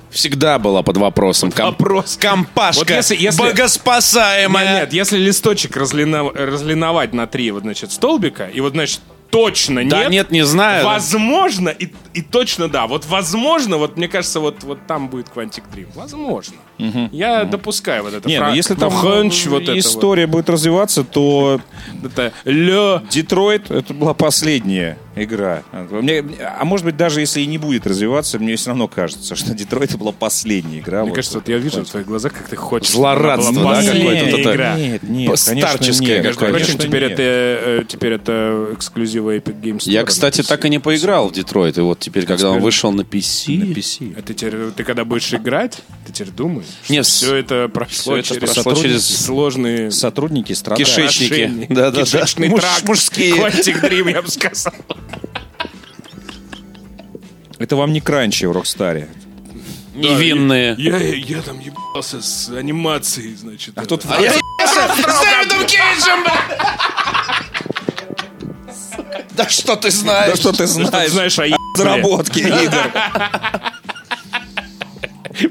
S1: Всегда была под вопросом. Ком-
S3: вопрос.
S1: Компашка.
S3: Вот если- если-
S1: Богоспасаемая.
S3: Ну, а Нет, нет, если листочек разлина- разлиновать на три, вот, значит, столбика, и вот, значит, точно
S1: Да нет, не знаю.
S3: Возможно, и, и точно да. Вот возможно, вот мне кажется, вот, вот там будет Quantic Dream. Возможно. Я допускаю вот это.
S2: не,
S3: фра-
S2: ну, если
S3: ну,
S2: там
S3: ханч, вот это
S2: история будет развиваться, то
S3: вот. Это лё.
S2: Детройт это была последняя игра. Мне- а может быть, даже если и не будет развиваться, мне все равно кажется, что Детройт это была последняя игра.
S3: Мне кажется, вот я вижу в твоих глазах, как ты хочешь.
S1: Злорадство,
S3: чтобы она была
S1: да,
S3: последняя
S1: какое-то вот это-
S3: игра.
S2: Нет, нет,
S1: Старческое
S2: конечно, нет.
S3: Между
S1: какое-то.
S3: прочим,
S2: Конечно,
S3: теперь
S2: нет.
S3: это, э, теперь это эксклюзивы Epic Games.
S1: Я,
S3: Store.
S1: кстати, так и не поиграл в Детройт. И вот теперь, когда он вышел на PC...
S3: А ты, теперь, ты когда будешь играть, ты теперь думаешь,
S1: Не, с-
S3: все это прошло,
S1: всё это
S3: через,
S1: прошло через
S3: сложные
S2: Сотрудники страдают.
S1: Кишечник. кишечники.
S3: отношения.
S1: Да-да-да.
S3: Кишечный
S1: Муж-
S3: тракт.
S1: мужские.
S3: Quantic Dream, я бы сказал.
S2: Это вам не кранчи в Рокстаре.
S1: Невинные.
S3: Я, я там ебался с анимацией, значит. А
S2: тут
S3: а я
S1: Да что ты знаешь?
S2: Да что ты
S3: ты
S2: знаешь?
S3: знаешь, а
S2: Разработки игр.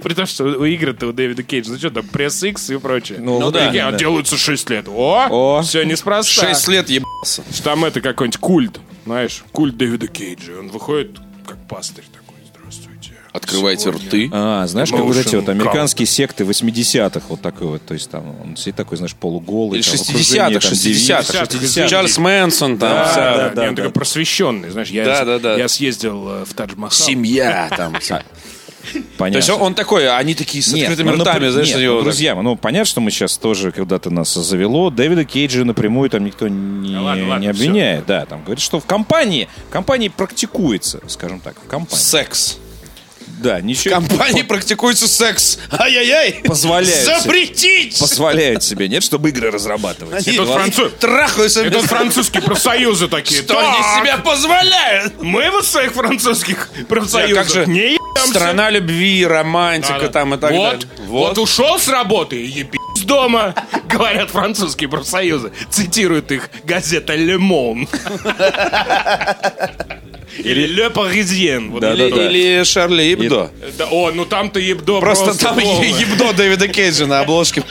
S3: При том, что у игры-то у Дэвида Кейджа, ну что там, пресс X и прочее.
S2: Ну Ну да,
S3: такие, а
S2: да.
S3: делаются 6 лет. О,
S2: О.
S3: все неспроста.
S1: Шесть лет ебался.
S3: Что Там это какой-нибудь культ, знаешь, культ Дэвида Кейджа. Он выходит как пастырь такой, здравствуйте.
S1: Открывайте
S3: Сегодня
S1: рты.
S2: А, знаешь, как вот эти
S3: Motion
S2: вот американские секты 80-х, вот такой вот, то есть там он сидит такой, знаешь, полуголый.
S1: Или
S2: там, в окружении,
S1: 60-х,
S2: там,
S1: 60-х,
S3: 60-х,
S1: 60-х. Чарльз Мэнсон там.
S3: Да,
S1: вся
S3: да,
S2: да,
S3: не,
S2: да,
S3: он
S2: да.
S3: такой просвещенный, знаешь, я,
S1: Да, да, да.
S3: я съездил э, в Тадж-Махал.
S1: Семья там. вся. А, То
S2: Понятно.
S1: есть он, он такой, они такие с открытыми
S2: ну,
S1: ртами,
S2: напр-
S1: знаешь,
S2: нет,
S1: на него
S2: ну,
S1: так.
S2: друзья, ну понятно, что мы сейчас тоже когда-то нас завело. Дэвида Кейджа напрямую там никто не,
S3: Да ладно, ладно,
S2: не обвиняет. Да, там говорит, что в компании, в компании практикуется, скажем так, в компании.
S1: Секс.
S2: Да,
S1: В
S2: ничего
S1: компании практикуется секс. Ай-яй-яй.
S2: Позволяют себе.
S1: Запретить.
S2: позволяют себе, нет, чтобы игры разрабатывать.
S1: Они
S3: Этот француз-
S1: Трахаются.
S3: Это французские профсоюзы такие.
S1: Что
S3: «Так,
S1: они себя позволяют?
S3: Мы вот в своих французских профсоюзах
S1: Как же
S3: не ебемся.
S1: страна любви, романтика
S3: Да-да.
S1: там и так
S3: вот,
S1: далее.
S3: Вот. ушел с работы и ебись дома, говорят французские профсоюзы. Цитирует их газета Le Monde. Или Le Parisien. Вот
S1: Или,
S3: это.
S1: или Шарли
S3: А
S1: Ибдо.
S3: Да, О, ну там-то ебдо
S1: Просто,
S3: просто,
S1: там
S3: полно.
S1: е- ебдо Дэвида Кейджа на обложке.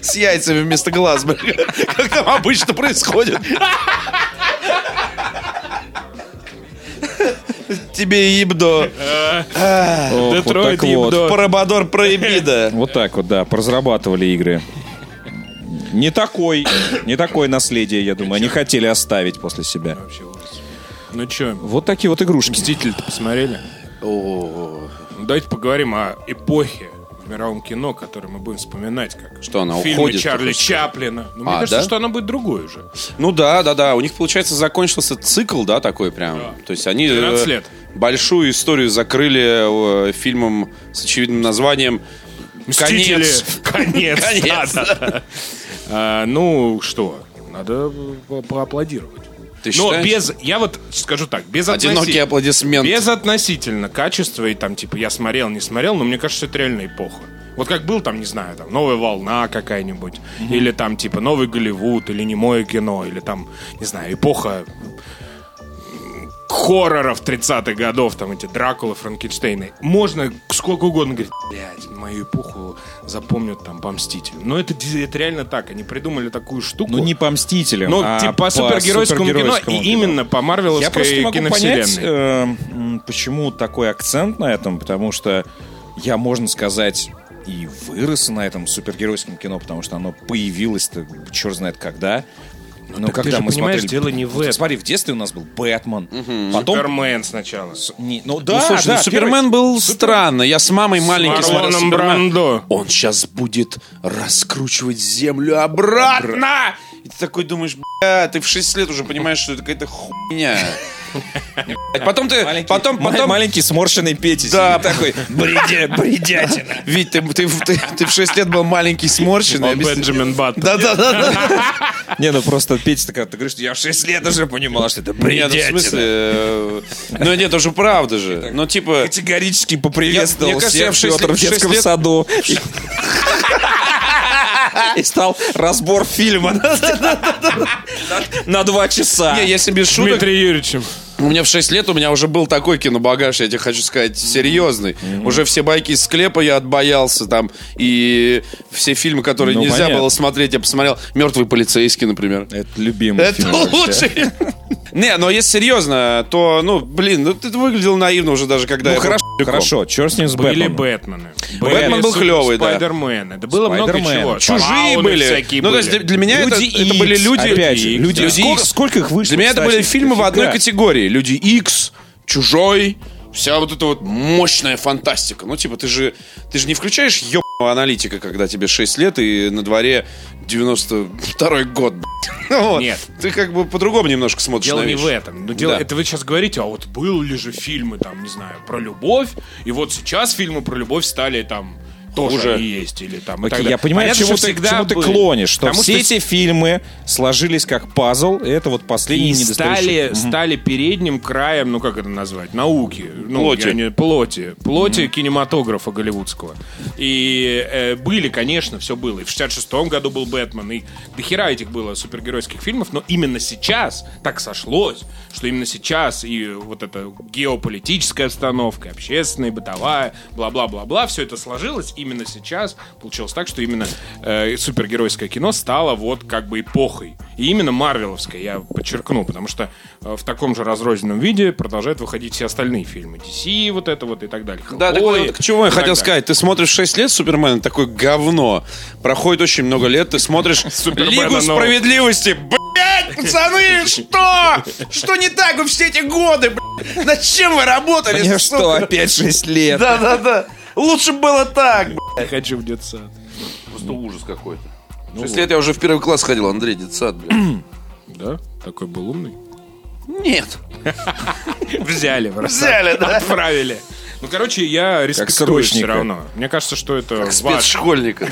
S1: С яйцами вместо глаз, блин. Как там обычно происходит. тебе ебдо.
S2: Ох, вот
S3: Детройт,
S2: так вот.
S3: Ебдо.
S1: Парабадор проебида.
S2: Вот так вот, да, поразрабатывали игры. Не такой, не такое наследие, я думаю, они хотели оставить после себя.
S3: Ну что,
S2: Вот такие вот игрушки.
S3: «Мститель»-то посмотрели? Ну, Давайте поговорим о эпохе в мировом кино, которое мы будем вспоминать, как
S1: Что она
S3: фильмы
S1: уходит,
S3: Чарли
S1: допустим?
S3: Чаплина. Ну, мне
S1: А,
S3: кажется,
S1: да?
S3: что она будет другой уже.
S1: Ну да, да, да. У них, получается, закончился цикл, да, такой прям. То есть они э,
S3: 13 лет.
S1: большую историю закрыли э, фильмом с очевидным названием
S3: «Мстители».
S1: Конец.
S3: Конец.
S1: Конец.
S3: да-да. А, Ну, что, надо по- поаплодировать.
S1: Ты
S3: Но
S1: считаешь? ну,
S3: без, я вот скажу так, без
S1: Одинокий
S3: относи-
S1: аплодисмент.
S3: Безотносительно качества и там, типа, я смотрел, не смотрел, но мне кажется, это реально эпоха. Вот как был там, не знаю, там, новая волна какая-нибудь, или там, типа, новый Голливуд, или немое кино, или там, не знаю, эпоха м, хорроров 30-х годов, там эти Дракулы, Франкенштейны. Можно сколько угодно говорить, блядь, мою эпоху запомнят там по Мстителям». Но это, ди- это реально так, они придумали такую штуку.
S2: Ну не по Мстителям,
S3: Ну,
S2: а
S3: типа, по супергеройскому, кино, и именно по марвеловской
S2: Я просто не могу
S3: киновселенной.
S2: понять, э, м, почему такой акцент на этом, потому что я, можно сказать, и вырос на этом супергеройском кино, потому что оно появилось-то черт знает когда. Но
S3: так ты
S2: когда
S3: же
S2: мы
S3: понимаешь,
S2: смотрели...
S3: дело не в
S2: Вот
S3: этом.
S2: Смотри, в детстве у нас был Бэтмен, потом...
S3: Супермен сначала.
S2: Не, ну
S1: Ну,
S2: да,
S1: слушай,
S2: да,
S1: ну, Супермен был странно. Я с мамой маленький
S3: С
S1: смотрел
S3: Марлоном
S1: Супермен.
S3: Брандо.
S1: Он сейчас будет раскручивать землю обратно! И ты такой думаешь, бля, ты в 6 лет уже понимаешь, что это какая-то хуйня. Блядь, Потом ты,
S2: Маленький-
S1: потом,
S2: ма-
S1: потом,
S2: Маленький сморщенный Петя.
S1: Да,
S2: сидит такой,
S1: ну,
S2: бредя, бредятина.
S1: Вить, ты, ты, ты, ты в 6 лет был маленький, сморщенный.
S3: Он
S1: объясни-
S3: Бенджамин Баттон.
S1: Да-да-да.
S2: Не, ну просто Петя такая, ты говоришь, я в 6 лет уже понимала, что это
S1: Нет, ну, в смысле...
S2: бредятина.
S1: э, Ну нет, это же правда же. Ну типа...
S2: Категорически поприветствовал
S1: Я- мне кажется, я
S2: всех
S1: в шесть
S2: Петр
S1: лет-
S2: в
S1: в шесть
S2: детском
S1: лет-
S2: саду. И стал разбор фильма на два часа.
S1: Не, если без шуток,
S3: Дмитрий Юрьевичем.
S1: У меня в 6 лет у меня уже был такой кинобагаж, я тебе хочу сказать, серьезный. Уже все байки из склепа я отбоялся там, и все фильмы, которые
S2: Ну,
S1: нельзя
S2: понятно.
S1: было смотреть, я посмотрел. Мертвый полицейский, например.
S2: Это любимый
S1: Это лучший. Не, но если серьезно, то, ну, блин, ну ты выглядел наивно уже даже, когда
S2: Ну
S1: я был
S2: хорошо, хорошо, черт с ним с
S3: Были
S2: Бэтменом.
S3: Бэтмены.
S1: Бэтмен был
S3: Супер-
S1: клёвый, да.
S3: Спайдермены. Да было много
S2: Спайдермены.
S3: чего.
S1: Чужие
S3: Фауны
S1: были.
S3: всякие
S1: Ну, то
S3: были.
S1: есть для- для меня это
S2: Люди
S1: это были
S2: Икс,
S1: люди...
S2: опять же, Люди
S1: да.
S2: Икс.
S1: Сколько-
S2: Сколько их вышло,
S1: Для меня это
S2: кстати?
S1: были фильмы в одной
S2: Дофига.
S1: категории. Люди Икс, Чужой, вся вот эта вот мощная фантастика. Ну, типа, ты же, ты же не включаешь ебаного аналитика, когда тебе 6 лет и на дворе 92-й год, блядь. Ну, вот.
S3: Нет.
S1: Ты как бы по-другому немножко смотришь
S3: Дело
S1: на
S3: не
S1: вещи.
S3: в этом. Но дело,
S1: Да.
S3: Это вы сейчас говорите, а вот были же фильмы, там, не знаю, про любовь, и вот сейчас фильмы про любовь стали там тоже
S1: Хуже.
S3: они есть, или там и
S2: Окей,
S3: так далее.
S2: я понимаю,
S3: Ну, Понятно,
S2: к чему,
S3: что
S2: ты, к
S3: всегда
S2: чему ты
S3: были.
S2: клонишь, что
S3: Потому
S2: все эти фильмы сложились как пазл, и это вот последний
S3: и
S2: недостающий.
S3: стали, стали передним краем, ну как это назвать, науки. Ну,
S1: Плоти.
S3: я не- плоти. Плоти кинематографа голливудского. И э, были, конечно, все было. И в 66-м году был Бэтмен, и до хера этих было супергеройских фильмов, но именно сейчас так сошлось, что именно сейчас и вот эта геополитическая обстановка, и общественная, и бытовая, бла-бла-бла-бла, все это сложилось именно сейчас. Получилось так, что именно э, супергеройское кино стало вот как бы эпохой. И именно Марвеловское, я подчеркну, потому что э, в таком же разрозненном виде продолжают выходить все остальные фильмы. DC, вот это вот и так далее.
S1: Да, так
S3: Хеллбой,
S1: вот, к чему я
S3: и так
S1: хотел
S3: далее.
S1: сказать. Ты смотришь 6 лет Супермена, такое говно. Проходит очень много лет, ты смотришь
S3: Супермена
S1: Лигу
S3: нового.
S1: Справедливости. Блять, пацаны, что? Что не так вы все эти годы, блядь? Над чем вы работали,
S3: Ну,
S2: Мне
S1: сука?
S2: что, опять 6 лет?
S1: Да-да-да. Лучше было так, блядь.
S3: Я хочу в детсад.
S1: Просто ужас какой-то. 6 лет я уже в первый класс ходил, Андрей, детсад, блядь.
S3: Да? Такой был умный.
S1: Нет.
S3: Взяли, просто.
S1: Взяли, да?
S3: Отправили. Ну, короче, я респектую
S2: срочника.
S3: все равно. Мне кажется, что это важно.
S1: Спецшкольника.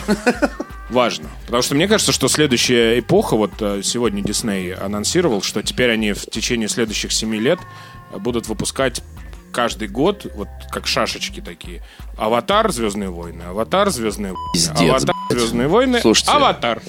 S3: Важно. Потому что мне кажется, что следующая эпоха, вот э, сегодня Дисней анонсировал, что теперь они в течение следующих семи лет э, будут выпускать каждый год, вот как шашечки такие. Аватар Звездные войны, Аватар Звездные войны, Аватар Звездные войны,
S1: Слушайте.
S3: Аватар.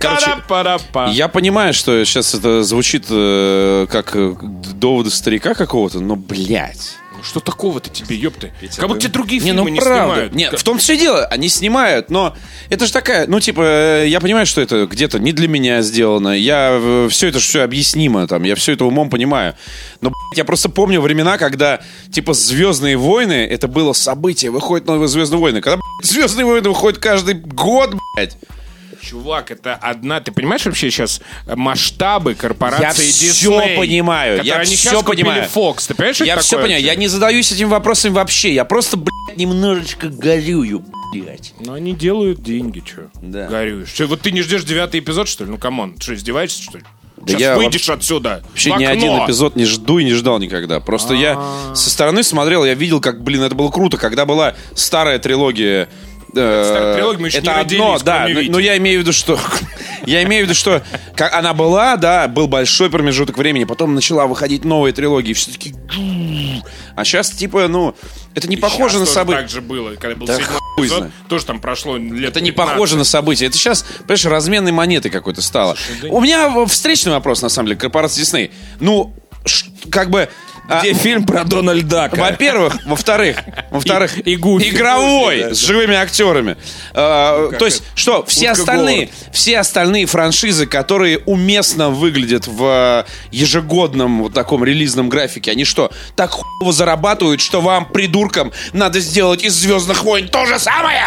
S1: Короче,
S3: Та-да-па-да-па.
S1: Я понимаю, что сейчас это звучит э, как э, доводы старика какого-то, но, блядь.
S3: Ну Что такого-то тебе, ёпты? Как будто тебе другие
S1: Не,
S3: фильмы
S1: ну
S3: не
S1: правда.
S3: снимают.
S1: Не,
S3: Как-
S1: в том все и дело, они снимают, но это же такая, ну типа, э, я понимаю, что это где-то не для меня сделано, я все это все объяснимо, там, я все это умом понимаю, но блядь, я просто помню времена, когда типа Звездные войны, это было событие, выходит новые Звездные войны, когда блядь, Звездные войны выходят каждый год, блядь.
S3: Чувак, это одна... Ты понимаешь вообще сейчас масштабы корпорации
S1: Я
S3: Disney?
S1: всё понимаю,
S3: которые
S1: я
S3: они
S1: всё
S3: сейчас купили
S1: понимаю.
S3: Fox. Ты понимаешь, что
S1: я
S3: это
S1: все
S3: такое
S1: понимаю, я
S3: вообще?
S1: не задаюсь этим вопросом вообще, я просто, блядь, немножечко горюю, блядь.
S3: Ну, они делают деньги, что?
S1: Да.
S3: Горюешь. Чё, вот ты не ждешь девятый эпизод, что ли? Ну, камон, ты что, издеваешься, что ли? сейчас
S1: я
S3: выйдешь отсюда.
S1: Вообще
S3: в
S1: ни
S3: окно. А.
S1: один эпизод не жду и не ждал никогда. Просто я со стороны смотрел, я видел, как, блин, это было круто, когда была старая трилогия. э,
S3: старая трилогия, мы еще не
S1: Это одно,
S3: родились,
S1: да.
S3: кроме
S1: Но
S3: Вити.
S1: но я имею в виду, что я имею в виду, что как она была, да, был большой промежуток времени, потом начала выходить новые трилогии, все таки а сейчас типа, ну, это не похоже
S3: Щас
S1: на
S3: тоже
S1: события.
S3: Так же было, когда был
S1: Да
S3: седьмой
S1: хуй
S3: эпизод.
S1: знает.
S3: Тоже там прошло лет
S1: Это не
S3: 15.
S1: похоже на событие. Это сейчас, понимаешь, разменной монеты какой-то стало. У меня встречный вопрос, на самом деле, корпорации Дисней. Ну, ш- как бы... а,
S2: Где фильм про Дональда?
S1: Во-первых, во-вторых, во-вторых,
S3: И- и Гуфи.
S1: игровой с живыми актерами. А,
S2: как
S1: то есть,
S2: это?
S1: что все
S2: Утка
S1: остальные,
S2: Говард.
S1: все остальные франшизы, которые уместно выглядят в э, ежегодном вот таком релизном графике, они что так хуево зарабатывают, что вам придуркам надо сделать из Звездных войн то же самое?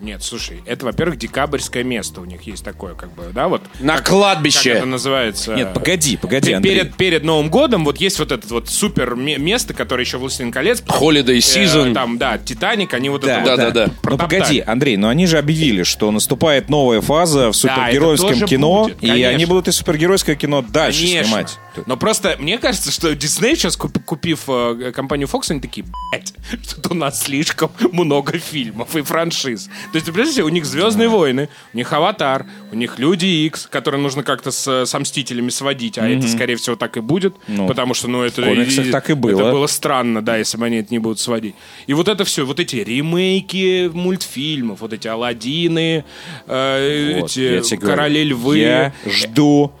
S3: Нет, слушай, это, во-первых, декабрьское место у них есть такое, как бы, да, вот.
S1: На
S3: Как
S1: кладбище.
S3: это называется?
S2: Нет, погоди, погоди,
S3: Пе-
S2: Андрей.
S3: Перед, перед Новым годом вот есть вот это вот супер ме- место, которое еще «Властелин колец».
S1: Holiday
S3: э,
S1: season.
S3: Там, да, «Титаник», они вот
S2: Да,
S3: это вот,
S1: да, да.
S2: Ну
S3: протоптали.
S2: погоди, Андрей, но они же объявили, что наступает новая фаза в
S3: это
S2: супергеройском
S3: тоже
S2: кино,
S3: будет,
S2: и
S3: конечно.
S2: они будут и супергеройское кино дальше
S3: Конечно.
S2: снимать.
S3: Но просто мне кажется, что Disney сейчас, куп- купив э, компанию Fox, они такие, блядь, что-то у нас слишком много фильмов и франшиз. То есть, ты представляешь, себе, у них «Звездные войны», у них «Аватар», у них «Люди Икс», которые нужно как-то с, с «Мстителями» сводить, а это, скорее всего, так и будет,
S2: Ну,
S3: потому что, ну, это...
S2: в комиксах так и было.
S3: Это было странно, да, если бы они это не будут сводить. И вот это все, вот эти ремейки мультфильмов, вот эти «Аладдины», э,
S2: Вот, я
S3: эти
S2: тебе говорю,
S3: «Короли львы».
S2: Я жду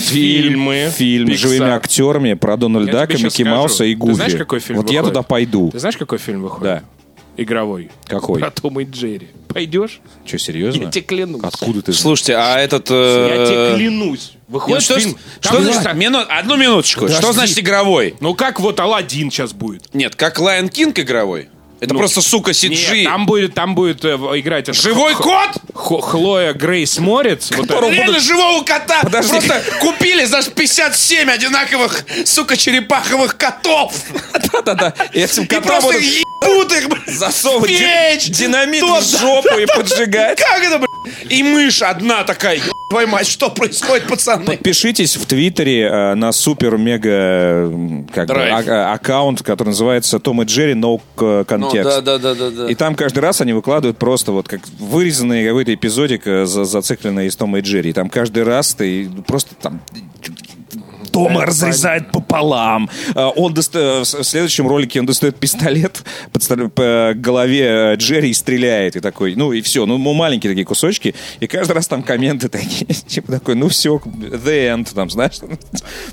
S3: Мультфильмы,
S2: фильм, фильм с
S3: Pixar.
S2: живыми актерами про Дональда,
S3: Я тебе щас
S2: Микки
S3: скажу.
S2: Мауса и
S3: Ты
S2: Гуфи.
S3: знаешь, какой фильм
S2: Вот я
S3: выходит?
S2: туда пойду.
S3: Ты знаешь, какой фильм выходит?
S2: Да.
S3: Игровой.
S2: Какой?
S3: Про Тома и Джерри. Пойдешь?
S2: Что, серьезно?
S3: Я тебе клянусь.
S2: Откуда ты?
S1: Слушайте, а этот...
S3: Я тебе
S1: э,
S3: клянусь.
S2: Ну,
S3: Выходит
S1: что,
S3: фильм.
S1: что
S3: Там
S1: значит,
S3: просто-
S1: мину- одну минуточку. Что
S2: Подожди.
S1: значит игровой?
S3: Ну как вот Алладин сейчас будет?
S1: Нет, как Лайон Кинг игровой. Это просто, сука, CG.
S3: Ну, Нет, там будет, там будет э, в- играть это-
S1: Живой
S3: Хо-
S1: кот?
S3: Хо- Хлоя Грейс Морец. Вот это-
S1: Реально живого кота
S2: Подожди.
S1: просто купили за 57 одинаковых, сука, черепаховых котов.
S2: Да-да-да. Этим
S1: И просто ебут их, блядь.
S2: засовывать
S1: печь,
S2: ди- динамит
S1: тот-
S2: в жопу и поджигать.
S1: Как это, блядь? И мышь одна такая, еб твою мать, что происходит,
S2: Ну,
S1: пацаны?
S2: Подпишитесь в Твиттере э, на супер-мега э, м, как бы,
S1: Драйв.
S2: а- а- аккаунт, который называется Том и Джерри No Context.
S1: Ну, да.
S2: И там каждый раз они выкладывают просто вот как вырезанный какой-то эпизодик, э, за- зацикленный из Тома и Джерри. И там каждый раз ты просто там...
S3: Э,
S2: Тома разрезает пополам. Э, Он доста- э, в с- в следующем ролике он достает пистолет подста- по голове э, Джерри и стреляет. И такой, ну и все. Ну, м- маленькие такие кусочки. И каждый раз там комменты такие. Типа такой, ну все, the end, там, знаешь.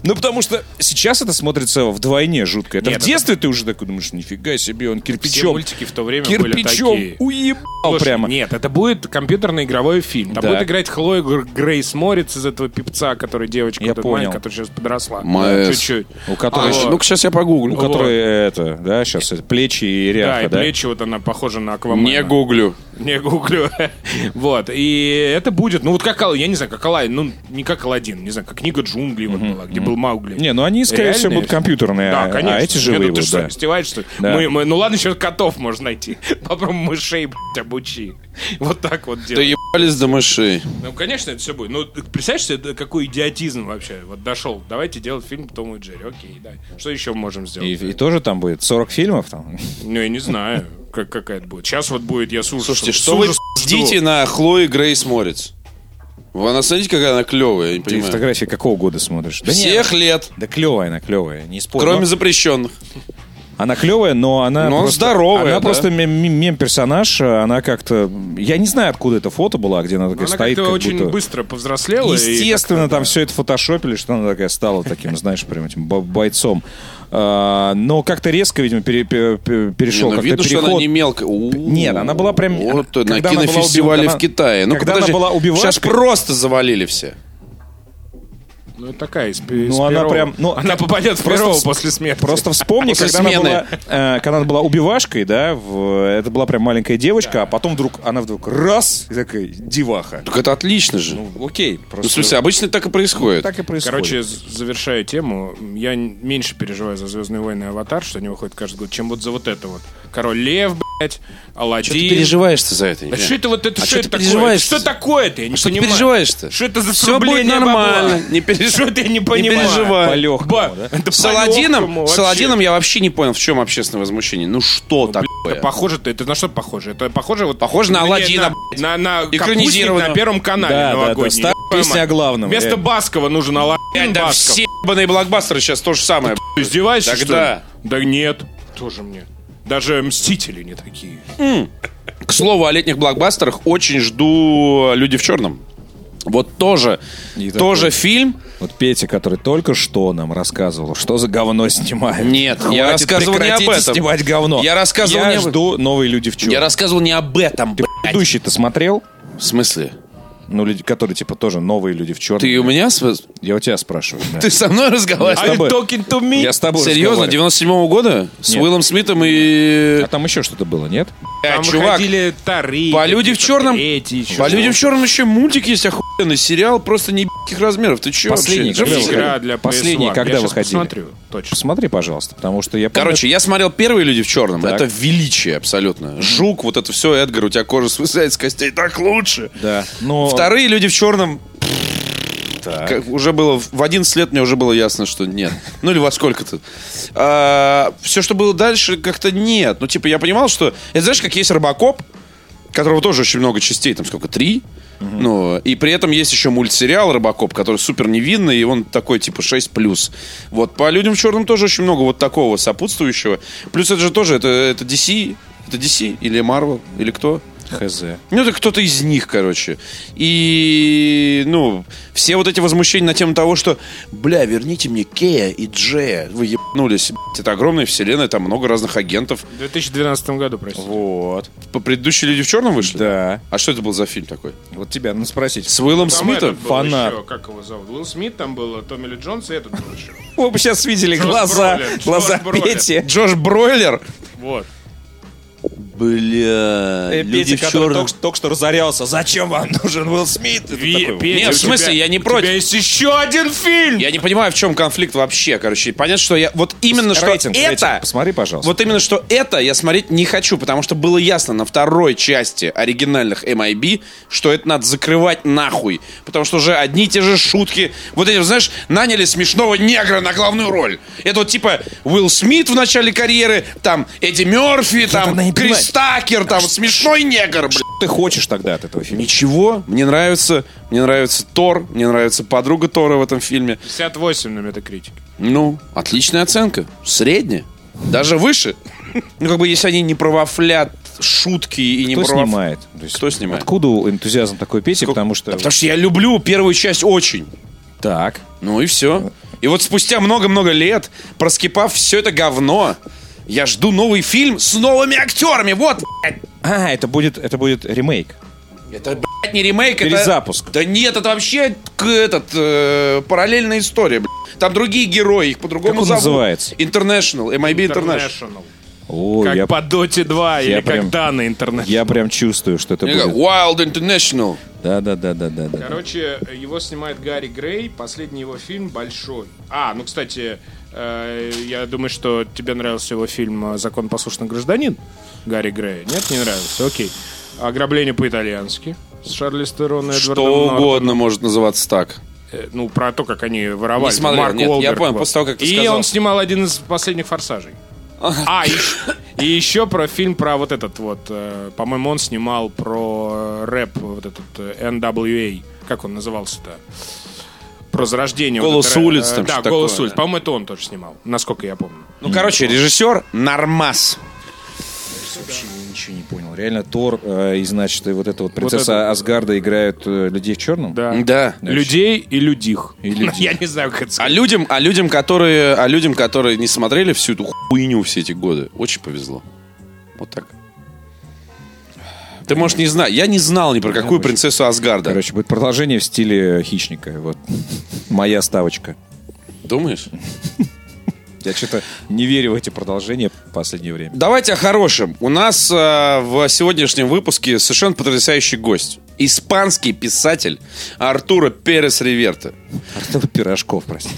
S2: Ну, потому что сейчас это смотрится вдвойне жутко. Это
S3: Нет,
S2: в
S3: это-
S2: детстве ты уже такой думаешь, нифига себе, он
S3: Все
S2: кирпичом
S3: мультики в то время были
S2: кирпичом
S3: такие.
S2: уебал
S3: Слушай,
S2: прямо.
S3: Нет, это будет компьютерный игровой фильм. Там
S2: Да.
S3: будет играть Хлоя Гр- Грейс Морец из этого певца, который девочка,
S2: Я
S3: вот эта
S2: понял. э,
S3: маленькая, которая сейчас подросла.
S1: Маэстро.
S3: Чуть-чуть.
S2: У которой,
S3: А,
S2: ну,
S1: сейчас я погуглю.
S2: у которой это, да, сейчас это плечи и
S3: Да, и
S2: ряха, да?
S3: плечи вот она похожа на Аквамена.
S1: гуглю.
S3: Не гуглю. вот. И это будет, ну вот как, Ал- я не знаю, как Алай, ну не как Алладин, не знаю, как книга джунглей вот была, где был Маугли.
S2: Не, ну они, скорее
S3: Реальные
S2: всего, будут
S3: все.
S2: компьютерные,
S3: Да,
S2: а-
S3: конечно.
S2: а эти
S3: Не,
S2: живые
S3: ну ты
S2: будут,
S3: что,
S2: да.
S3: издеваешься, что ли?
S2: Да.
S3: Мы, мы- ну ладно, еще котов можно найти. Попробуй мышей, блядь, обучи. Вот так вот делай.
S1: ебались до мышей.
S3: Ну, конечно, это все будет. Ну, ты представляешь, себе, да, какой идиотизм вообще вот дошел. Давайте делать фильм «Том и Джерри». Окей, да. Что еще мы можем сделать?
S2: И, и тоже там будет 40 фильмов там.
S3: Ну, я не знаю, как, какая это будет. Сейчас вот будет, я с ужасом.
S1: Слушайте,
S3: с
S1: что вы
S3: ужасом жду. Ну,
S1: пиздите на Хлои Грейс Морец? Вы она, смотрите, какая она клевая, я не
S2: Ты
S1: понимаю.
S2: фотографии какого года смотришь? Да не,
S1: Всех лет,
S2: Да клевая она, клевая, не спорь.
S1: кроме
S2: Ну,
S1: запрещенных.
S2: Она клевая, но она...
S1: Но
S2: просто-
S1: здоровая,
S2: Она
S1: да.
S2: просто мем- мем- мем-персонаж, а она как-то... Я не знаю, откуда эта фото была, где она такая
S3: Она
S2: стоит,
S3: как-то
S2: как
S3: очень
S2: будто...
S3: быстро
S1: Ну,
S3: повзрослела. и
S2: Естественно, там все это фотошопили, что она такая стала таким, знаешь, прям этим бо- бойцом. А, Но как-то резко, видимо, пере- пере- пере- перешел
S1: ну,
S2: как-то
S1: видно, что она
S2: переход.
S1: не мелкая. У,
S2: Нет, она была прям-
S1: Вот,
S2: она-
S1: на
S2: когда она была
S1: кинофестивале
S2: убивана-
S1: в Китае. Ну,
S2: когда она была убивашкой-
S1: Сейчас просто завалили все.
S3: как-то- Ну, такая из, из
S2: Ну, она
S3: первого.
S2: прям- ну,
S3: она
S2: как-
S3: попадет в
S2: просто
S3: первого
S2: вс-
S3: после смерти.
S2: Просто вспомни,
S1: После
S2: когда она,
S1: смены.
S2: была, э, когда она была убивашкой, да, в- это была прям маленькая девочка, а потом вдруг она вдруг раз и такая деваха.
S1: Так это отлично же. Ну,
S2: Окей, просто
S1: в смысле, обычно так и происходит.
S2: так и происходит.
S3: Короче, з- завершая тему, я н- меньше переживаю за Звездные войны и Аватар, что они выходят каждый год, чем вот за вот это вот. Король Лев, блядь, Аладдин.
S1: ты переживаешь-то за это? не
S3: Да
S1: понимаю.
S3: что это вот это,
S1: А
S3: что
S1: чё
S3: это
S1: ты
S3: такое?
S1: переживаешь?
S3: А Что такое-то? Я не
S1: Что ты
S3: понимаю.
S1: переживаешь-то?
S3: Что это за
S1: Все будет
S3: срубление
S1: нормально.
S3: бабла?
S1: Не переживай.
S3: Что ты не понимаешь?
S1: переживай.
S2: По-легкому,
S3: Ба-
S2: да?
S3: Да
S1: С Аладдином,
S3: по-легкому
S1: с
S3: вообще.
S1: Аладдином я вообще не понял, в чем общественное возмущение. Ну что такое?
S3: Это похоже-то, это на что похоже? Это похоже вот...
S1: Похоже на
S3: Не,
S1: Аладдина,
S3: На, на, на
S1: Экранизированного.
S3: капустник на Первом канале ну,
S2: Да, да, да,
S3: новогодний.
S2: старая
S3: Ё-моё.
S2: песня о главном,
S3: Вместо
S2: реально.
S3: Баскова нужен Аладдин
S1: Блядь, да
S3: Басков.
S1: все ебаные блокбастеры сейчас то же самое.
S3: Ты издеваешься, что ли?
S1: Тогда.
S3: Да нет, тоже мне. Даже «Мстители» не такие.
S1: К слову о летних блокбастерах, очень жду «Люди в черном». Вот тоже,
S2: И
S1: тоже фильм.
S2: Вот Петя, который только что нам рассказывал, что за говно снимаем.
S1: Нет, я
S2: Хватит,
S1: рассказывал не об
S2: прекратите
S1: этом.
S2: снимать говно.
S1: Я рассказывал
S2: Я
S1: не об-
S2: жду новые люди в чем.
S1: Я рассказывал не об этом, блядь.
S2: Предыдущий-то смотрел?
S1: В смысле?
S2: Ну, люди, которые, типа, тоже новые люди в черном.
S1: Ты у меня... с-
S2: Я у тебя спрашиваю. да.
S1: Ты со мной разговариваешь?
S2: С тобой.
S3: talking to me?
S2: Я с тобой
S1: Серьезно,
S2: разговариваю.
S1: 97-го года? С
S2: Нет.
S1: Уиллом Смитом и...
S2: А там еще что-то было, нет?
S1: Э,
S3: Там
S1: чувак,
S3: выходили Тары.
S1: по «Люди
S2: типа
S1: в черном»...
S3: Третий, еще
S1: По «Людям в
S3: что-то.
S1: черном» еще мультик есть охуенный, сериал просто неебких размеров. Ты че
S2: Последний,
S1: вообще?
S2: когда
S1: Живчик.
S2: выходил?
S3: Игра для
S2: Последний,
S3: PS1.
S2: когда
S3: Я щас
S2: выходили?
S3: посмотрю, точно.
S2: Посмотри, пожалуйста, потому что я помню-
S1: Короче, я смотрел первые люди в черном.
S2: Так.
S1: Это величие абсолютно. Жук, вот это все, Эдгар, у тебя кожа свисает с костей, так лучше.
S2: да. Но...
S1: Вторые люди в черном.
S2: Ну, Так.
S1: Как уже было в 11 лет мне уже было ясно, что нет. Ну или во сколько-то. все, что было дальше, как-то нет. Ну, типа, я понимал, что. Это знаешь, как есть робокоп, которого тоже очень много частей, там сколько, три. Ну, и при этом есть еще мультсериал Робокоп, который супер невинный, и он такой, типа, 6 плюс. Вот, по людям в черном тоже очень много вот такого сопутствующего. Плюс это же тоже, это, это DC, это DC или Marvel, или кто?
S2: ХЗ.
S1: Ну, это кто-то из них, короче. И, ну, все вот эти возмущения на тему того, что, бля, верните мне Кея и Джея. Вы ебанулись, блядь, это огромная вселенная, там много разных агентов.
S3: В 2012 году, прости.
S2: Вот.
S1: По предыдущие люди в черном вышли?
S2: Да.
S1: А что это был за фильм такой?
S2: Вот тебя надо спросить.
S1: С Уиллом
S3: Там
S1: Смитом?
S3: этот был
S2: фанат.
S3: еще, как его зовут? Уилл Смит там был, а Томми Ли Джонс и этот был еще.
S2: Вы бы сейчас видели
S3: Джордж
S2: глаза,
S3: Бролин,
S2: глаза
S3: Джордж Бролин.
S2: Пети.
S1: Джош Бройлер?
S3: Вот.
S1: Бля,
S2: Э, Петя, который только, что- только что разорялся. Зачем вам нужен Уилл Смит? Это такой,
S1: Нет, в смысле, я не против.
S3: У тебя есть еще один фильм!
S1: Я не понимаю, в чем конфликт вообще, короче. Понятно, что я... Вот именно, что
S2: Рейтинг,
S1: это...
S2: рейтинг. Посмотри, пожалуйста.
S1: Вот именно, что это я смотреть не хочу, потому что было ясно на второй части оригинальных MIB, что это надо закрывать нахуй. Потому что уже одни и те же шутки. Вот эти, знаешь, наняли смешного негра на главную роль. Это вот типа Уилл Смит в начале карьеры, там Эдди Мерфи, там
S2: она не понимает.
S1: Крис Такер, там смешной негр, блядь.
S2: Ты хочешь тогда от этого фильма?
S1: Ничего, мне нравится, мне нравится Тор, мне нравится подруга Тора в этом фильме.
S3: 58 на метакритике.
S1: Ну, отличная оценка. Средняя. Даже выше. Ну, как бы, если они не провафлят шутки и не
S2: Кто
S1: проваф-
S2: снимает? То есть
S1: Кто снимает?
S2: Откуда энтузиазм такой Пети? Потому что...
S1: Да потому что я люблю первую часть очень.
S2: Так.
S1: Ну и все. И вот спустя много-много лет, проскипав все это говно, я жду новый фильм с новыми актерами. Вот, блядь.
S2: А, это будет, это будет ремейк.
S1: Это, блядь, не ремейк, это...
S2: Перезапуск.
S1: Да нет, это вообще к- этот, э, параллельная история, блядь. Там другие герои, их по-другому
S2: Как он
S1: зовут.
S2: называется?
S1: International, MIB International.
S3: International.
S2: О,
S3: Как
S2: я,
S3: по Доте 2
S2: я
S3: или
S2: прям-
S3: как Дана Интернет.
S2: я прям чувствую, что это
S1: Я говорю,
S2: будет.
S1: Wild International.
S2: Да-да-да-да-да.
S3: Короче, его снимает Гарри Грей, последний его фильм большой. А, ну кстати, э, я думаю, что тебе нравился его фильм э, Закон послушный гражданин Гарри Грея. Нет, не нравился. Окей. Ограбление по-итальянски с Шарли Стерон и Эдвардом
S1: Что
S3: Нортоном.
S1: угодно может называться так.
S3: Э, Ну, про то, как они воровали.
S1: Не смотрел,
S3: Марк
S1: нет, я
S3: Уолберг
S1: понял,
S3: был.
S1: после того, как ты
S3: И
S1: сказал.
S3: он снимал один из последних «Форсажей». А, и, щ- и еще про фильм про вот этот вот, э, по-моему, он снимал про э, рэп вот этот э, NWA, как он назывался-то? про зарождение.
S1: «Голос
S3: вот это,
S1: улиц»
S3: э,
S1: там
S3: Да,
S1: что-то
S3: голос
S1: такое,
S3: улиц.
S1: да.
S3: По-моему, это он тоже снимал, насколько я помню.
S1: Ну, короче, режиссер Нормас.
S5: Вообще я ничего не понял. Реально Тор э, и, значит, и вот эта вот принцесса
S3: это-
S5: Асгарда играют э, людей в черном?
S3: Да.
S1: Да.
S3: Людей и людих. Ну,
S5: И людей.
S3: Я не знаю, как это
S1: А
S3: сказать.
S1: людям, а людям, которые, а людям, которые не смотрели всю эту хуйню все эти годы, очень повезло. Вот так. Ты можешь не знать. Я не знал ни про какую принцессу Асгарда.
S5: Короче, будет продолжение в стиле хищника. Вот моя ставочка.
S1: Думаешь?
S5: Я что-то не верю в эти продолжения в последнее время.
S1: Давайте о хорошем. У нас э, в сегодняшнем выпуске совершенно потрясающий гость. Испанский писатель Артура Перес Риверта.
S5: Артур Пирожков, простите.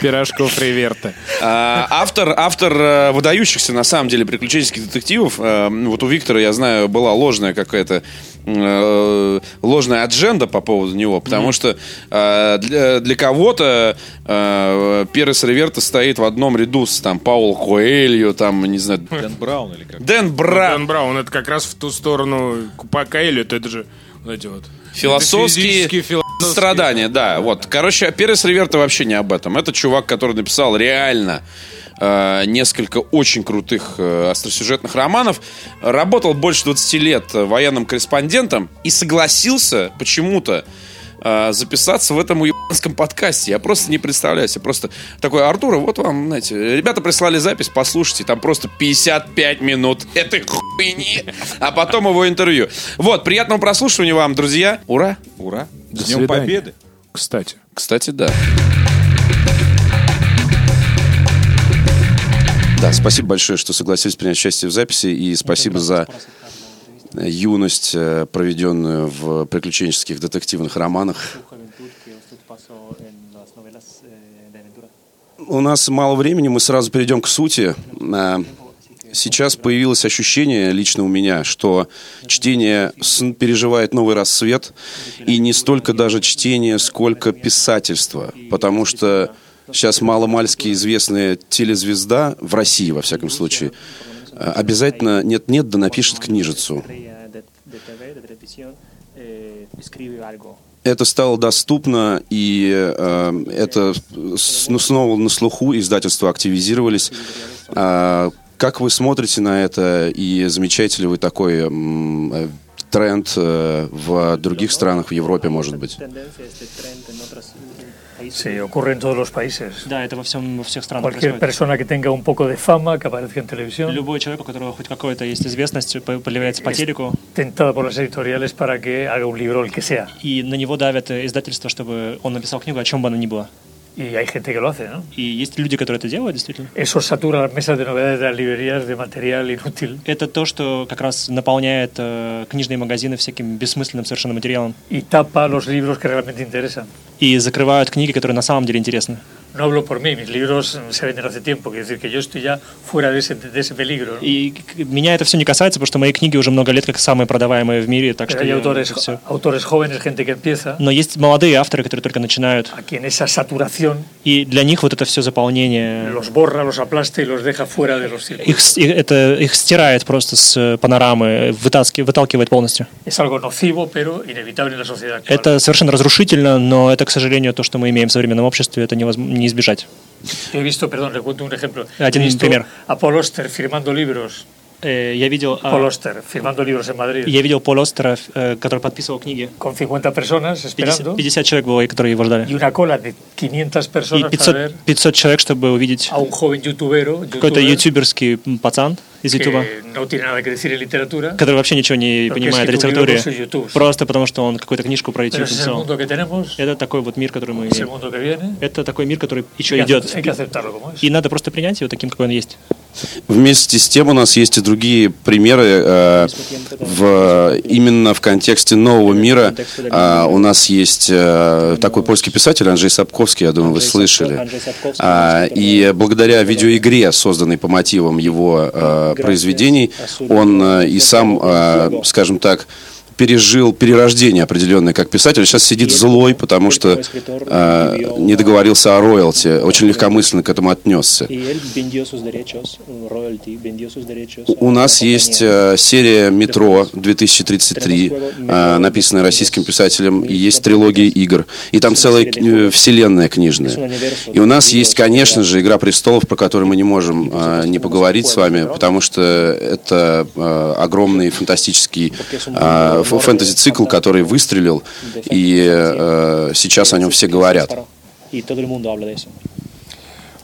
S3: Пирожков Реверта.
S1: А, Автор, автор э, выдающихся, на самом деле, приключенческих детективов. Э, Вот у Виктора, я знаю, была ложная какая-то э, ложная адженда по поводу него, потому что э, для, для кого-то э, Перес Реверта стоит в одном ряду с там Пауло Коэльо, там, не знаю,
S5: Дэн Браун или как?
S1: Дэн Бран.
S3: Дэн Браун, это как раз в ту сторону по Каэлю, это же вот эти вот...
S1: Философские
S3: Метафизические, философские.
S1: Страдания, да. Вот. Короче, Перес Реверта вообще не об этом. Это чувак, который написал реально э, несколько очень крутых э, остросюжетных романов. Работал больше 20 лет э, военным корреспондентом и согласился почему-то э, записаться в этом уебанском подкасте. Я просто не представляю себе. Просто такой, Артура, вот вам, знаете, ребята прислали запись, послушайте, там просто 55 минут этой хуйни, а потом его интервью. Вот, приятного прослушивания вам, друзья. Ура!
S5: Ура! С
S3: До
S5: Днем
S3: свидания.
S5: Победы!
S3: Кстати.
S1: Кстати, да. Да, спасибо большое, что согласились принять участие в записи, и спасибо за юность, э, проведенную в приключенческих детективных романах.
S6: su juventud que usted pasó en las novelas eh, de aventura.
S1: У нас мало времени, мы сразу перейдем к сути. Э, Сейчас появилось ощущение лично у меня, что чтение с- переживает новый рассвет, и не столько даже чтение, сколько писательство, потому что сейчас маломальски известная телезвезда, в России во всяком случае, э, обязательно нет-нет, да напишет книжицу.
S6: Estrella de, de TV, de televisión, eh, escribe algo.
S1: это стало доступно, и э, это с- ну, снова на слуху, издательства активизировались. А, как вы смотрите на это, и замечаете ли вы такой м, э, тренд э, в других странах, в Европе, может быть?
S6: Tendencia, este trend en otros eh, países.
S7: Sí, ocurre en todos los países.
S6: Да, это во, всем, во всех странах
S7: Cualquier
S6: происходит.
S7: persona que tenga un poco de fama, que aparezca en televisión,
S6: Любой человек, у которого хоть какая-то есть известность, по- появляется по телеку,
S7: tentada por las editoriales para que haga un libro el que sea.
S6: и на него давят э, издательство, чтобы он написал книгу, о чем бы она ни была.
S7: Y hay gente que lo hace, ¿no?
S6: И есть люди, которые это делают, действительно.
S7: Eso satura las mesas de novedades de las librerías de material inútil.
S6: Это то, что как раз наполняет э, книжные магазины всяким бессмысленным совершенно материалом.
S7: Y tapa los libros que realmente interesan.
S6: И закрывают книги, которые на самом деле интересны.
S7: No hablo por mí, mis libros mm, se venden hace tiempo, quiero decir que yo estoy ya fuera de ese, de ese peligro. ¿no?
S6: И к- меня это все не касается, потому что мои книги уже много лет как самые продаваемые в мире, так
S7: Pero
S6: что
S7: hay
S6: я-
S7: autores,
S6: всё.
S7: autores jóvenes, gente que empieza,
S6: Но есть молодые авторы, которые только начинают,
S7: a quien esa saturación
S6: и для них вот это все заполнение
S7: los borra, los aplasta y los deja fuera de los círculos.
S6: их, с- и- это их стирает просто с э, панорамы, вытаски- выталкивает полностью.
S7: Es algo nocivo, pero inevitable en la sociedad actual.
S6: Это совершенно разрушительно, но это, к сожалению, то, что мы имеем в современном обществе, это невозм- не избежать.
S7: Yo he visto, perdón, le cuento un ejemplo.
S6: Ah,
S7: He
S6: tiene un
S7: visto
S6: primer.
S7: a Paul Oster firmando libros.
S6: Э, Я видел, а,
S7: Paul Oster firmando libros en Madrid.
S6: я видел Пол Остера, э, который подписывал книги.
S7: Con 50 personas
S6: 50,
S7: esperando
S6: 50 человек было, которые его ждали.
S7: y una cola de 500
S6: И
S7: personas para
S6: 500,
S7: ver
S6: 500 человек, чтобы увидеть
S7: a un joven youtubero, youtuber,
S6: какой-то ютуберский м, пацан из ютуба.
S7: que no tiene nada que decir en literatura.
S6: который вообще ничего не
S7: Только
S6: понимает о
S7: если ты
S6: литературе,
S7: увидел, что YouTube. ну
S6: просто потому что он какую-то книжку про YouTube
S7: Pero ese es el
S6: написал.
S7: mundo que tenemos,
S6: Это такой вот мир, который мы
S7: es el
S6: имеем.
S7: mundo que viene.
S6: Это такой мир, который еще
S7: Hay que,
S6: идет.
S7: ace- hay que aceptarlo como es.
S6: И надо просто принять его таким, какой он есть.
S1: Вместе с тем у нас есть и другие примеры э, в, именно в контексте нового мира. А, у нас есть э, такой польский писатель Анджей Сапковский, я думаю, вы слышали. А, и благодаря видеоигре, созданной по мотивам его э, произведений, он э, и сам, э, скажем так, пережил перерождение определенное как писатель. Сейчас сидит злой, потому что а, не договорился о роялте. Очень легкомысленно к этому отнесся.
S8: Y él vendió sus derechos, un royalty, vendió sus derechos. a
S1: У
S8: una
S1: нас есть
S8: compañía.
S1: э, серия «Метро 2033», э, написанная российским писателем, и есть трилогия игр. И там целая э, вселенная книжная. И у нас есть, конечно же, «Игра престолов», про которую мы не можем э, не поговорить с вами, потому что это э, огромный фантастический э, ф- фэнтези-цикл, который выстрелил, и э, сейчас о нем все говорят.
S8: И todo el mundo habla de eso.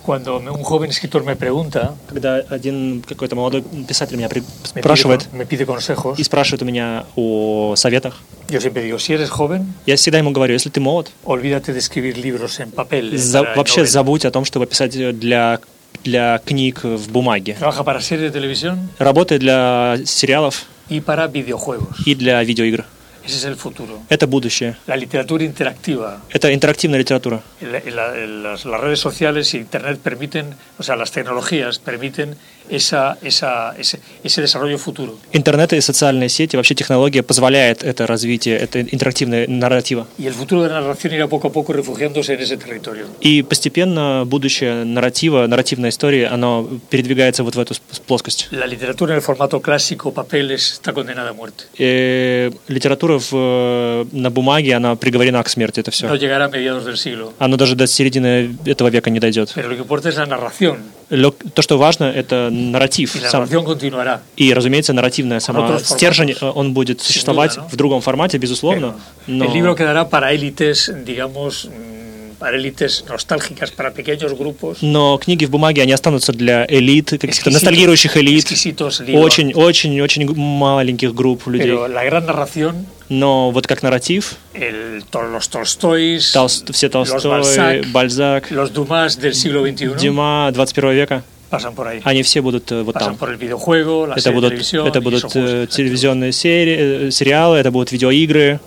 S7: Cuando me- un joven escritor me pregunta,
S6: Когда один какой-то молодой писатель меня при-
S7: me pide,
S6: спрашивает
S7: con- me pide consejos,
S6: и спрашивает у меня о советах,
S7: yo siempre digo, si eres joven,
S6: я всегда ему говорю, если ты молод,
S7: olvídate de escribir libros en papel.
S6: за-
S7: para
S6: вообще
S7: novelas.
S6: забудь о том, чтобы писать для, для книг в бумаге.
S7: Trabaja para series de televisión
S6: Работай для сериалов
S7: y para videojuegos.
S6: и для видеоигр.
S7: Ese es el futuro.
S6: Это будущее.
S7: La literatura interactiva.
S6: Это интерактивная литература.
S7: La- la- las, las redes sociales y Internet permiten, o sea, las tecnologías permiten esa, esa, ese, ese desarrollo futuro.
S6: Интернет и социальные сети, вообще технология позволяет это развитие, это интерактивная нарратива.
S7: Y el futuro de la narración irá poco a poco refugiándose en ese territorio.
S6: И постепенно будущее нарратива, нарративной истории, оно передвигается вот в эту с- плоскость.
S7: La literatura en el formato clásico, papel, es- está condenada a muerte.
S6: И литература в, э, на бумаге, она приговорена к смерти, это
S7: No
S6: все.
S7: llegará a mediados del siglo.
S6: Оно даже до середины этого века не дойдет.
S7: Pero lo que importa es la narración.
S6: Лёг- То, что важно, это нарратив.
S7: Y la
S6: сам.
S7: narración continuará.
S6: И, разумеется, нарративная сама
S7: Otros formatos.
S6: стержень, э, он будет существовать
S7: duda, ¿no?
S6: в другом формате, безусловно.
S7: El
S6: Но
S7: libro quedará para élites, digamos, mm, para élites nostálgicas, para pequeños grupos.
S6: но книги в бумаге, они останутся для элит, каких-то
S7: Exquisitos-
S6: ностальгирующих элит,
S7: exquisitos libros.
S6: очень-очень-очень маленьких групп людей.
S7: Pero la gran narración,
S6: Но вот как нарратив,
S7: el, to- los Tolstoys,
S6: Толст- все
S7: los
S6: Толстой,
S7: Balzac,
S6: Бальзак,
S7: los Dumas del siglo XXI
S6: Дюма 21 века,
S7: pasan por ahí.
S6: они все будут э, вот там.
S7: Pasan por el videojuego, la
S6: Это
S7: serie de
S6: будут,
S7: televisión.
S6: это
S7: y
S6: будут
S7: son
S6: э,
S7: juegos interactivos.
S6: телевизионные серии, э, сериалы, это будут видеоигры,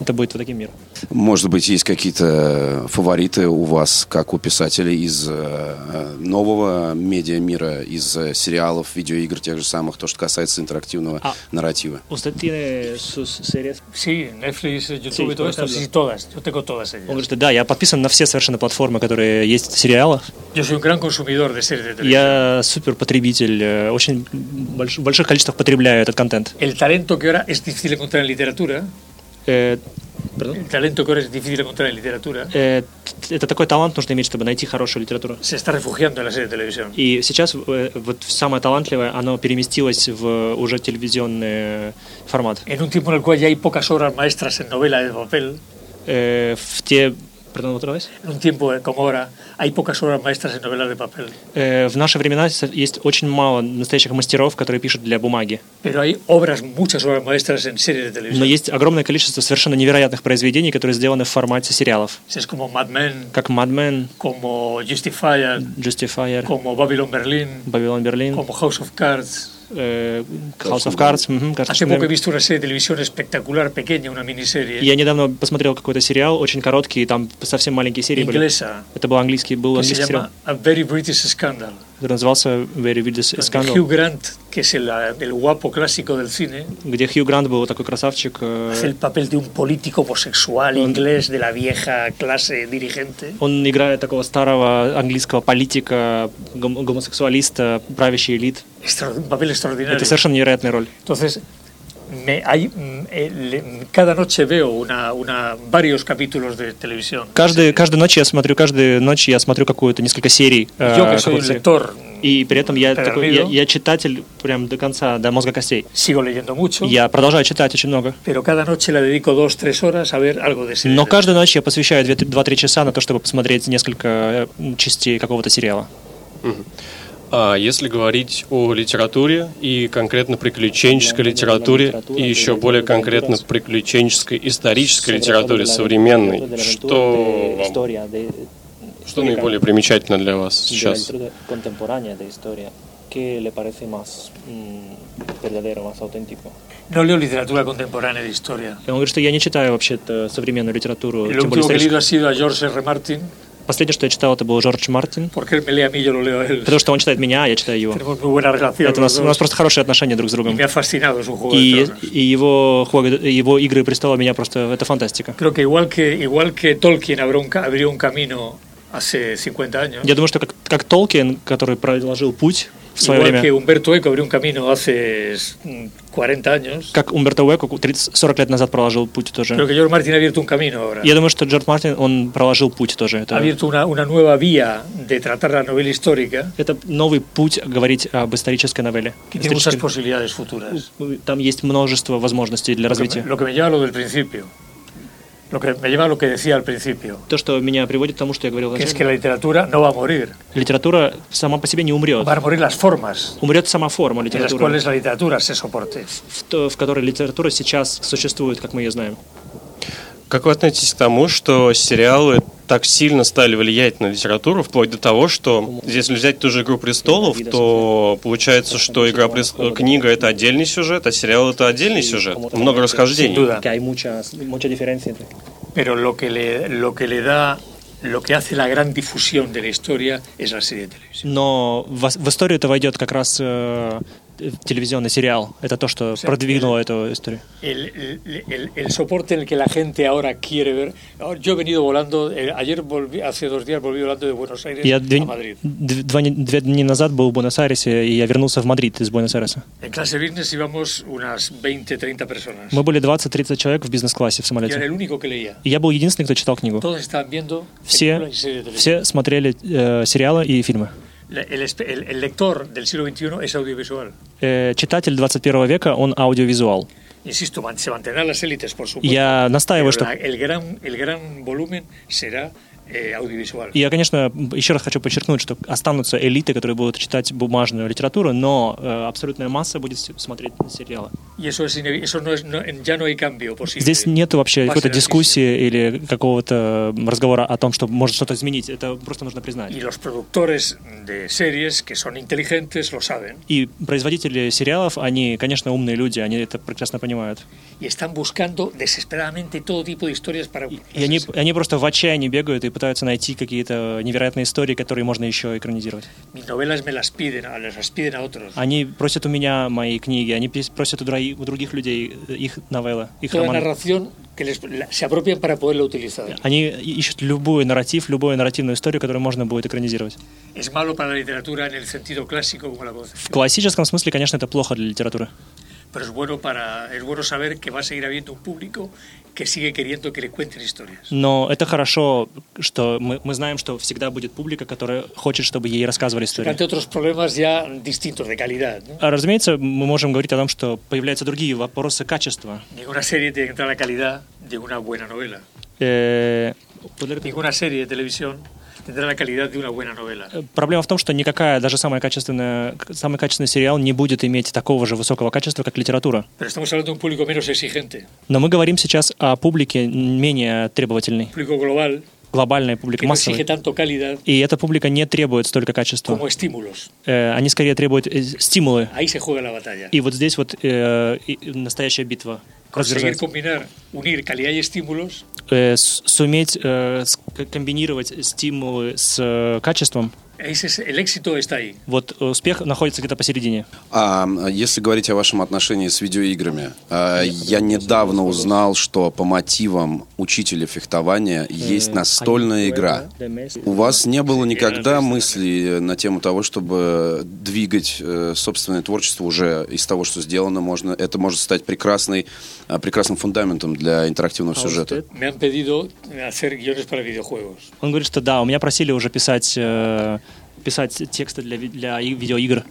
S6: это будет вот таким миром.
S1: Может быть, есть какие-то фавориты у вас, как у писателей из э, нового медиамира, из э, сериалов, видеоигр, тех же самых, то, что касается интерактивного
S6: А.
S1: нарратива.
S6: Usted tiene sus series.
S7: Sí, Netflix, YouTube
S6: Sí,
S7: y todo
S6: por
S7: esto.
S6: ejemplo.
S7: Sí, todas. Yo tengo todas ellas.
S6: Он говорит, что да, я подписан на все совершенно платформы, которые есть сериалов.
S7: Yo soy un gran consumidor de series de televisión.
S6: Я супер потребитель, э, очень больш- в больших количествах потребляю этот контент.
S7: El talento que ahora es difícil encontrar en literatura,
S6: Э, perdón?
S7: el talento que ahora es difícil encontrar en literatura,
S6: Э, т- это такой талант нужно иметь, чтобы найти хорошую литературу.
S7: se está refugiando en la serie de televisión.
S6: И сейчас э, вот самое талантливое, оно переместилось в э, уже телевизионный э, формат.
S7: En un tiempo en el cual ya hay pocas obras maestras en novela de papel,
S6: Э, в те... Perdón, otra vez?
S7: en un tiempo eh, como ahora, hay pocas obras maestras en novelas de papel,
S6: Э, в наши времена с- есть очень мало настоящих мастеров, которые пишут для бумаги.
S7: pero hay obras, muchas obras maestras en series
S6: Но
S7: de televisión.
S6: есть огромное количество совершенно невероятных произведений, которые сделаны в формате сериалов.
S7: Es como Mad Men,
S6: Как Mad Men,
S7: como Justifier,
S6: Justifier,
S7: como Babylon Berlin,
S6: Babylon Berlin,
S7: como House of Cards.
S6: э, House of Cards. мгм,
S7: Hace
S6: карточный
S7: poco he
S6: домик.
S7: visto una serie de televisión espectacular, pequeña, una miniserie
S6: Я недавно посмотрел какой-то сериал, очень короткий, там совсем маленькие серии были.
S7: inglesa
S6: Это был английский, был
S7: que se
S6: английский сериал,
S7: llama A Very British Scandal.
S6: который назывался Very Villages
S7: donde
S6: Scandal,
S7: Hugh Grant, que es el, ah, el guapo clásico del cine,
S6: где Хью Грант был такой красавчик. э,
S7: hace el papel de un político homosexual inglés de la vieja clase dirigente.
S6: Он играет такого старого английского политика, гом- гомосексуалиста, правящей элит.
S7: Extra- un papel extraordinario.
S6: Это совершенно невероятная роль.
S7: Entonces, me, hay, mm, eh, le- cada noche veo una, una, varios capítulos de televisión.
S6: Каждый, каждую ночь я смотрю, каждую ночь я смотрю какую-то несколько серий. э,
S7: Yo, que soy
S6: какого-то
S7: un
S6: сериала.
S7: lector,
S6: И при этом я,
S7: Петер
S6: такой, я,
S7: Лидо.
S6: я читатель прям до конца, до мозга костей.
S7: sigo leyendo mucho,
S6: Я продолжаю читать очень много.
S7: pero cada noche le dedico dos, tres horas a ver algo de serie.
S6: Но каждую ночь я посвящаю 2-3 часа на то, чтобы посмотреть несколько э, частей какого-то сериала.
S9: А если говорить о литературе и конкретно приключенческой литературе и еще более конкретно приключенческой исторической литературе современной, что, вам-
S8: Historia de,
S9: что наиболее примечательно для вас
S8: de la
S9: сейчас?
S8: literatura contemporánea de historia. ¿Qué le parece más mm, verdadero, más auténtico?
S7: No leo literatura contemporánea de historia.
S6: И он говорит, что я не читаю вообще-то современную литературу,
S7: Lo
S6: тем более
S7: último que he
S6: историческую.
S7: leído ha sido a George R. R. Martin,
S6: Последнее, что я читал, это был Жордж Мартин.
S7: Porque él me lee a mí, yo lo leo a él.
S6: Потому что он читает меня, а я читаю его.
S7: Tenemos muy buena relación.
S6: Это у
S7: los
S6: нас, у нас
S7: dos.
S6: просто хорошие отношения друг с
S7: Y
S6: другом.
S7: me ha fascinado su juego. de
S6: И,
S7: tronos.
S6: и его, «Хуаго де- его «Игры престола» меня просто... Это фантастика.
S7: Creo que igual que, igual que Tolkien abrió un, ca- abrió un camino hace 50 años,
S6: Я думаю, что как, как Толкин, который проложил путь в свое
S7: igual
S6: время,
S7: que Humberto Eco abrió un camino hace mm, 40 años,
S6: как Умберто Уэко 30 40 лет назад проложил путь
S7: creo
S6: тоже.
S7: que George Martin ha abierto un camino ahora.
S6: Я думаю, что Джордж Мартин, он проложил путь тоже.
S7: Ha
S6: Это,
S7: abierto una, una nueva vía de tratar la novela histórica
S6: это новый путь говорить об исторической новелле.
S7: que tiene muchas
S6: Исторической-
S7: posibilidades futuras.
S6: Там есть множество возможностей для
S7: Lo que,
S6: развития.
S7: me, lo que me lleva a lo del principio. Lo que me lleva a lo que decía al principio,
S6: То, что меня приводит к тому, что я говорил
S7: que es
S6: вначале,
S7: que la literatura no va a morir.
S6: литература сама по себе не умрет.
S7: Van a morir las formas
S6: Умрет сама форма
S7: en las
S6: литературы,
S7: cuales la literatura se soporte.
S6: в, то- в которой литература сейчас существует, как мы ее знаем.
S9: Как вы относитесь к тому, что сериалы так сильно стали влиять на литературу, вплоть до того, что если взять ту же «Игру престолов», то получается, что «Игра прес- э, книга – это отдельный сюжет, а сериал – это отдельный сюжет. Много
S7: Sin
S9: расхождений.
S7: duda. Pero lo que le, lo que le da, lo que hace la gran difusión de la historia es la serie de televisión.
S6: Но в, ос- в историю это войдет как раз э, телевизионный сериал. Это то, что продвинуло эту историю.
S7: El, el- el- el soporte en el que la gente ahora quiere ver. Ahora, Yo he venido volando, eh, ayer volví, hace dos días volví volando de Buenos Aires
S6: Я две,
S7: a Madrid.
S6: дв- два не- две дни назад был в Буэнос-Айресе, и я вернулся в Мадрид из Буэнос-Айреса.
S7: En clase business íbamos unas 20, 30 personas.
S6: Мы были 20-30 человек в бизнес-классе в
S7: Yo era
S6: самолете.
S7: el único que leía.
S6: И я был единственный, кто читал книгу.
S7: Todos estaban viendo
S6: Все,
S7: películas y series de televisión.
S6: все смотрели э, сериалы и фильмы.
S7: La- El, espe- el- el lector del siglo XXI es audiovisual.
S6: Э, читатель 21 века, он аудиовизуал.
S7: Insisto, man- se mantendrán las élites, por supuesto.
S6: Я настаиваю,
S7: Pero
S6: что...
S7: la- el, gran, el gran volumen será eh, audiovisual.
S6: Я, конечно, еще раз хочу подчеркнуть, что останутся элиты, которые будут читать бумажную литературу, но э, абсолютная масса будет с- смотреть сериалы.
S7: Y eso, es ine- eso no es, no- ya no hay cambio posible.
S6: Здесь нет вообще
S7: Паша,
S6: какой-то
S7: отлично.
S6: дискуссии или какого-то м, разговора о том, что может что-то изменить. Это просто нужно признать.
S7: Y los productores de series que son inteligentes lo saben
S6: И производители сериалов, они, конечно, умные люди, они это прекрасно понимают.
S7: y están buscando desesperadamente todo tipo de historias para...
S6: И они, они просто в отчаянии бегают и пытаются найти какие-то невероятные истории, которые можно еще экранизировать.
S7: Mis novelas me las piden, a- las piden a otros.
S6: Они просят у меня мои книги, они пис- просят у, дра- у других людей э, их новеллы, их
S7: Toda
S6: романы.
S7: narración que les, la- se apropian para poderla utilizar.
S6: Они ищут любой нарратив, любую нарративную историю, которую можно будет экранизировать.
S7: Es malo para la literatura en el sentido clásico como la voz,
S6: В классическом смысле, конечно, это плохо для литературы.
S7: pero es bueno, para, es bueno saber que va a seguir habiendo un público que sigue queriendo que le cuenten historias.
S6: Но это хорошо, что мы, мы знаем, что всегда будет публика, которая хочет, чтобы ей рассказывали историю.
S7: Ante otros problemas ya distintos de calidad. ¿no?
S6: А, разумеется, мы можем говорить о том, что появляются другие вопросы качества.
S7: Ninguna serie tiene que entrar a la calidad de una buena novela.
S6: Э,
S7: Ninguna serie de televisión tendrá la calidad de una buena novela.
S6: Проблема в том, что никакая, даже самая качественная, самый качественный сериал не будет иметь такого же высокого качества, как литература.
S7: Pero estamos hablando de un público menos exigente,
S6: Но мы говорим сейчас о публике менее требовательной,
S7: un público global
S6: глобальной публике,
S7: que no
S6: массовой.
S7: exige tanto calidad
S6: И эта публика не требует столько качества.
S7: como estímulos.
S6: Э, они скорее требуют э, стимулы.
S7: Ahí se juega la batalla.
S6: И вот здесь вот э, и- и настоящая битва
S7: Conseguir
S6: разверзается.
S7: combinar, unir calidad y estímulos
S6: Э, с- суметь э, с- к- комбинировать стимулы с э, качеством.
S7: Ese es- el éxito está ahí.
S6: Вот успех находится где-то посередине.
S1: А м, если говорить о вашем отношении с видеоиграми, а, я недавно узнал, что по мотивам учителя фехтования есть настольная игра. У вас не было никогда мыслей на тему того, чтобы двигать э, собственное творчество уже из того, что сделано, можно это может стать прекрасной, а, прекрасным фундаментом для интерактивного сюжета.
S7: Me han pedido hacer guiones para videojuegos.
S6: Он говорит, что да, у меня просили уже писать э, писать тексты для, ви- для и- видеоигр.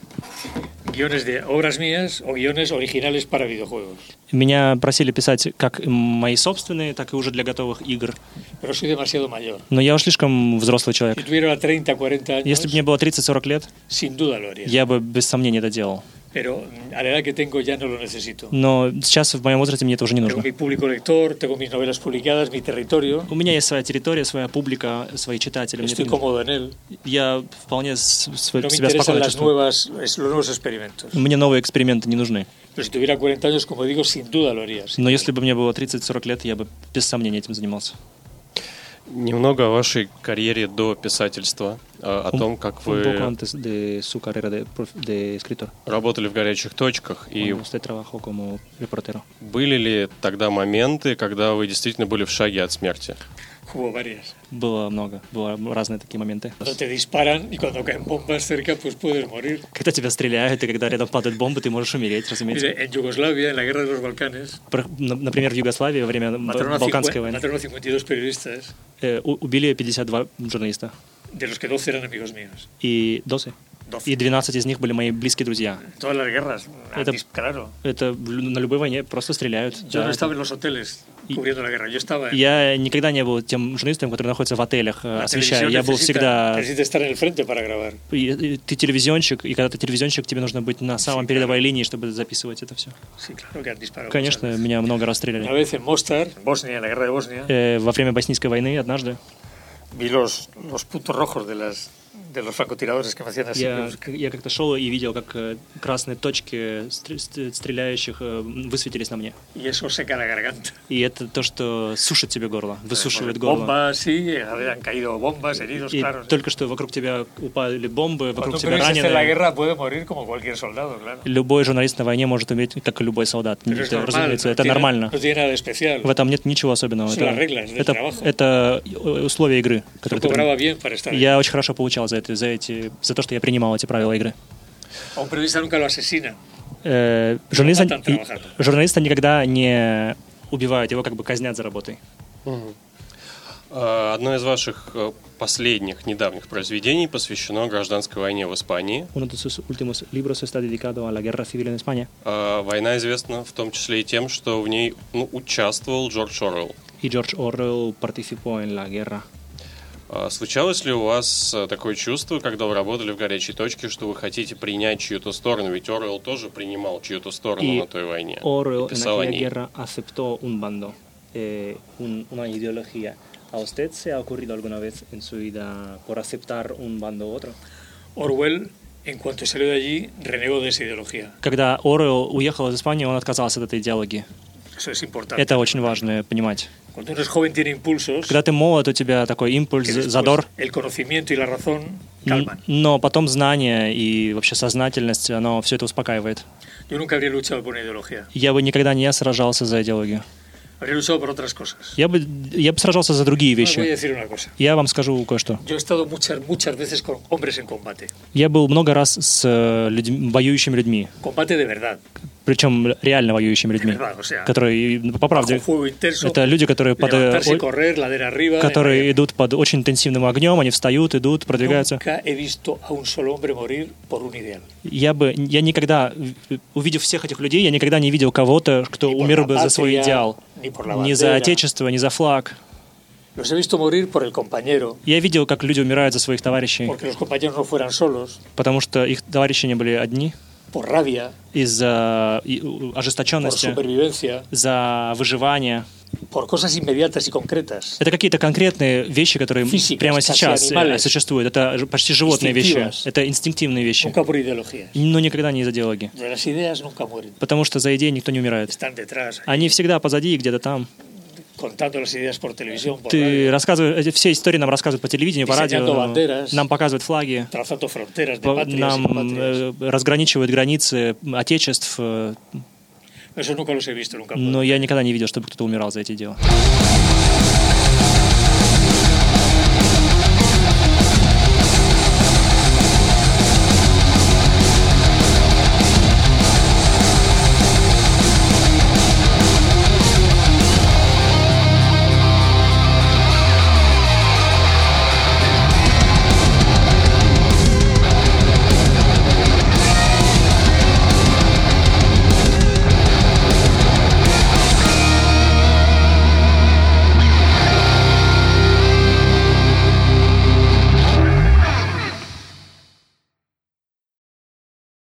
S7: Guiones de obras mías o guiones originales para videojuegos.
S6: Меня просили писать как мои собственные, так и уже для готовых игр.
S7: Pero soy demasiado mayor.
S6: Но я уж слишком взрослый человек.
S7: Si tuviera 30, 40 años,
S6: Если бы мне было 30-40 лет,
S7: sin duda lo haría.
S6: я бы без сомнения это делал.
S7: Pero mm, a la edad que tengo ya no lo necesito.
S6: Но сейчас в моем возрасте мне это уже не
S7: Tengo
S6: нужно.
S7: mi público lector, tengo mis novelas publicadas, mi territorio.
S6: У меня есть своя территория, своя публика, свои читатели. Мне
S7: Estoy
S6: это-
S7: cómodo en él.
S6: Я вполне с- с-
S7: No me
S6: себя
S7: interesan
S6: спокойно
S7: las
S6: чувствую.
S7: nuevas, es- los nuevos experimentos.
S6: Мне новые эксперименты не нужны.
S7: Pero si tuviera 40 años, como digo, sin duda lo haría. sí.
S6: Но если бы мне было 30-40 лет, я бы без сомнения этим занимался.
S9: Немного о вашей карьере до писательства, э, о
S8: Un-
S9: том, как
S8: un poco
S9: вы
S8: antes de su carrera de, prof- de escritor,
S9: работали в горячих точках, и
S8: cuando usted trabajó como reportero.
S9: были ли тогда моменты, когда вы действительно были в шаге от смерти?
S7: Hubo varias.
S8: Было много, было разные такие моменты.
S7: Cuando te disparan y cuando caen bombas cerca, pues puedes morir.
S6: Когда тебя стреляют, и когда рядом падают бомбы, ты можешь умереть, разумеется.
S7: Mire, en Yugoslavia, en la guerra de los Balcanes,
S6: Про- на- Например, в Югославии во время
S7: mataron
S6: Б-
S7: a,
S6: Балканской
S7: 50
S6: войны
S7: mataron a 52 periodistas,
S6: э, у- убили 52 журналиста.
S7: de los que 12 eran amigos míos.
S6: И 12.
S7: 12.
S6: И 12 из них были мои близкие друзья.
S7: Todas las guerras, a
S6: Это-
S7: dis- claro.
S6: Это в лю- на любой войне просто стреляют.
S7: Yo
S6: Да.
S7: no estaba en los hoteles
S6: Y-
S7: cubriendo la guerra, yo estaba en
S6: Я никогда не был тем журналистом, который находится в отелях, э,
S7: la
S6: освещая.
S7: televisión
S6: Я был
S7: necesita-
S6: всегда...
S7: Necesita estar en el frente para grabar.
S6: и- и Ты телевизионщик, и когда ты телевизионщик, тебе нужно быть на самом передовой линии, чтобы записывать это все.
S7: Sí, claro que han disparado.
S6: Конечно,
S7: muchas veces.
S6: меня много раз
S7: Una
S6: стреляли.
S7: vez en Mostar, en Bosnia, en la guerra de Bosnia,
S6: Э, Во время Боснийской войны однажды
S7: vi los, los puntos rojos de, las, de los francotiradores que me hacían así.
S6: я,
S7: Los-
S6: я как-то шел и видел, как э, красные точки стр- ст- стреляющих э, высветились на мне.
S7: Y eso seca la garganta.
S6: И это то, что сушит тебе горло, высушивает горло.
S7: Bombas, sí, habían caído bombas, heridos,
S6: И
S7: claro. sí.
S6: только что вокруг тебя упали бомбы,
S7: Cuando
S6: вокруг
S7: un
S6: тебя
S7: periodista en la
S6: раненые.
S7: guerra puede morir como cualquier soldado, claro.
S6: Любой журналист на войне может уметь, как и любой солдат.
S7: Pero
S6: Это,
S7: normal,
S6: разумеется,
S7: no
S6: это
S7: tiene-
S6: нормально.
S7: No tiene nada de especial.
S6: В этом нет ничего особенного.
S7: Son
S6: Это,
S7: las reglas del
S6: это-
S7: trabajo.
S6: это условия игры,
S7: Yo
S6: которые ты
S7: cobraba
S6: принимаешь.
S7: bien para estar ahí.
S6: Я очень хорошо получал за это, за эти, за то, что я принимал эти правила игры.
S7: A un periodista nunca lo asesina.
S6: Э, журналиста,
S7: Атан Травахата.
S6: и- журналиста никогда не убивают, его как бы казнят за работой.
S9: А, Одно из ваших э, последних недавних произведений посвящено гражданской войне в Испании.
S6: Uno de sus últimos libros está dedicado a la guerra civil en España.
S9: А, Война известна в том числе и тем, что в ней ну, участвовал Джордж Орвелл.
S6: Y George Orwell participó en la guerra.
S9: А Случалось ли у вас э, такое чувство, когда вы работали в горячей точке, что вы хотите принять чью-то сторону? Ведь Орвел тоже принимал чью-то сторону
S6: И
S9: на той войне.
S6: Orwell
S9: и
S6: en
S9: писал о
S6: aquella
S9: ней.
S6: guerra aceptó un bando, eh, un- una ideología. ¿A usted se ha ocurrido alguna vez en su vida por aceptar un bando u otro?
S7: Orwell, en cuanto salió de allí, renegó de esa ideología.
S6: Когда Орел уехал из Испании, он отказался от этой идеологии.
S7: Eso es importante.
S6: Это очень важно понимать.
S7: Cuando uno es joven tiene impulsos.
S6: Когда ты молод, у тебя такой импульс,
S7: que después
S6: задор.
S7: El conocimiento y la razón
S6: Н-
S7: calman.
S6: Но потом знание и вообще сознательность, оно все это успокаивает.
S7: Yo nunca habría luchado por una ideología.
S6: Я бы никогда не сражался за идеологию.
S7: Habría luchado por otras cosas.
S6: Я бы, я бы сражался за другие
S7: Os voy a
S6: вещи.
S7: decir una cosa.
S6: Я вам скажу кое-что.
S7: Yo he estado muchas, muchas veces con hombres en combate.
S6: Я был много раз с э, людьми- воюющими людьми,
S7: Combate de verdad.
S6: причем реально воюющими
S7: De
S6: людьми,
S7: verdad, o sea,
S6: которые, ну, по правде,
S7: con fuego intenso.
S6: это люди, которые под, э,
S7: levantarse y
S6: о-
S7: correr, ladera arriba. Eh,
S6: которые идут под очень интенсивным огнем, они встают, идут, продвигаются.
S7: Nunca he visto a un solo hombre morir por un ideal.
S6: Я бы, я никогда, в- увидев всех этих людей, я никогда не видел кого-то, кто
S7: Ни por
S6: умер
S7: la
S6: бы за свой
S7: patria,
S6: идеал.
S7: ни por la
S6: Ни за
S7: bandera.
S6: отечество, ни за флаг.
S7: Los he visto morir por el compañero,
S6: Я видел, как люди умирают за своих товарищей,
S7: porque los compañeros no fueran solos,
S6: потому что их товарищи не были одни
S7: por rabia,
S6: из-за и- у-
S7: por
S6: ожесточенности,
S7: supervivencia,
S6: за выживание.
S7: por cosas inmediatas y concretas.
S6: Это какие-то конкретные вещи, которые
S7: Физика,
S6: прямо
S7: кстати,
S6: сейчас э,
S7: анималес.
S6: существуют. Это ж- почти животные вещи.
S7: Инстинктивос.
S6: Это инстинктивные вещи.
S7: Nunca por ideologías.
S6: Но никогда не из идеологии.
S7: De las ideas nunca mueren.
S6: Потому что за идеи никто не умирает.
S7: Están detrás,
S6: Они всегда позади и где-то там.
S7: contando las ideas por televisión, por
S6: Ты
S7: radio,
S6: рассказываешь, эти все истории нам рассказывают по телевидению, по радио,
S7: Diseñando banderas.
S6: нам показывают флаги,
S7: trazando fronteras de
S6: по-
S7: patrias y
S6: нам
S7: patrias.
S6: э, разграничивают границы отечеств, э,
S7: Eso nunca los he visto, nunca. puedo.
S6: но я никогда не видел, чтобы кто-то умирал за эти дела.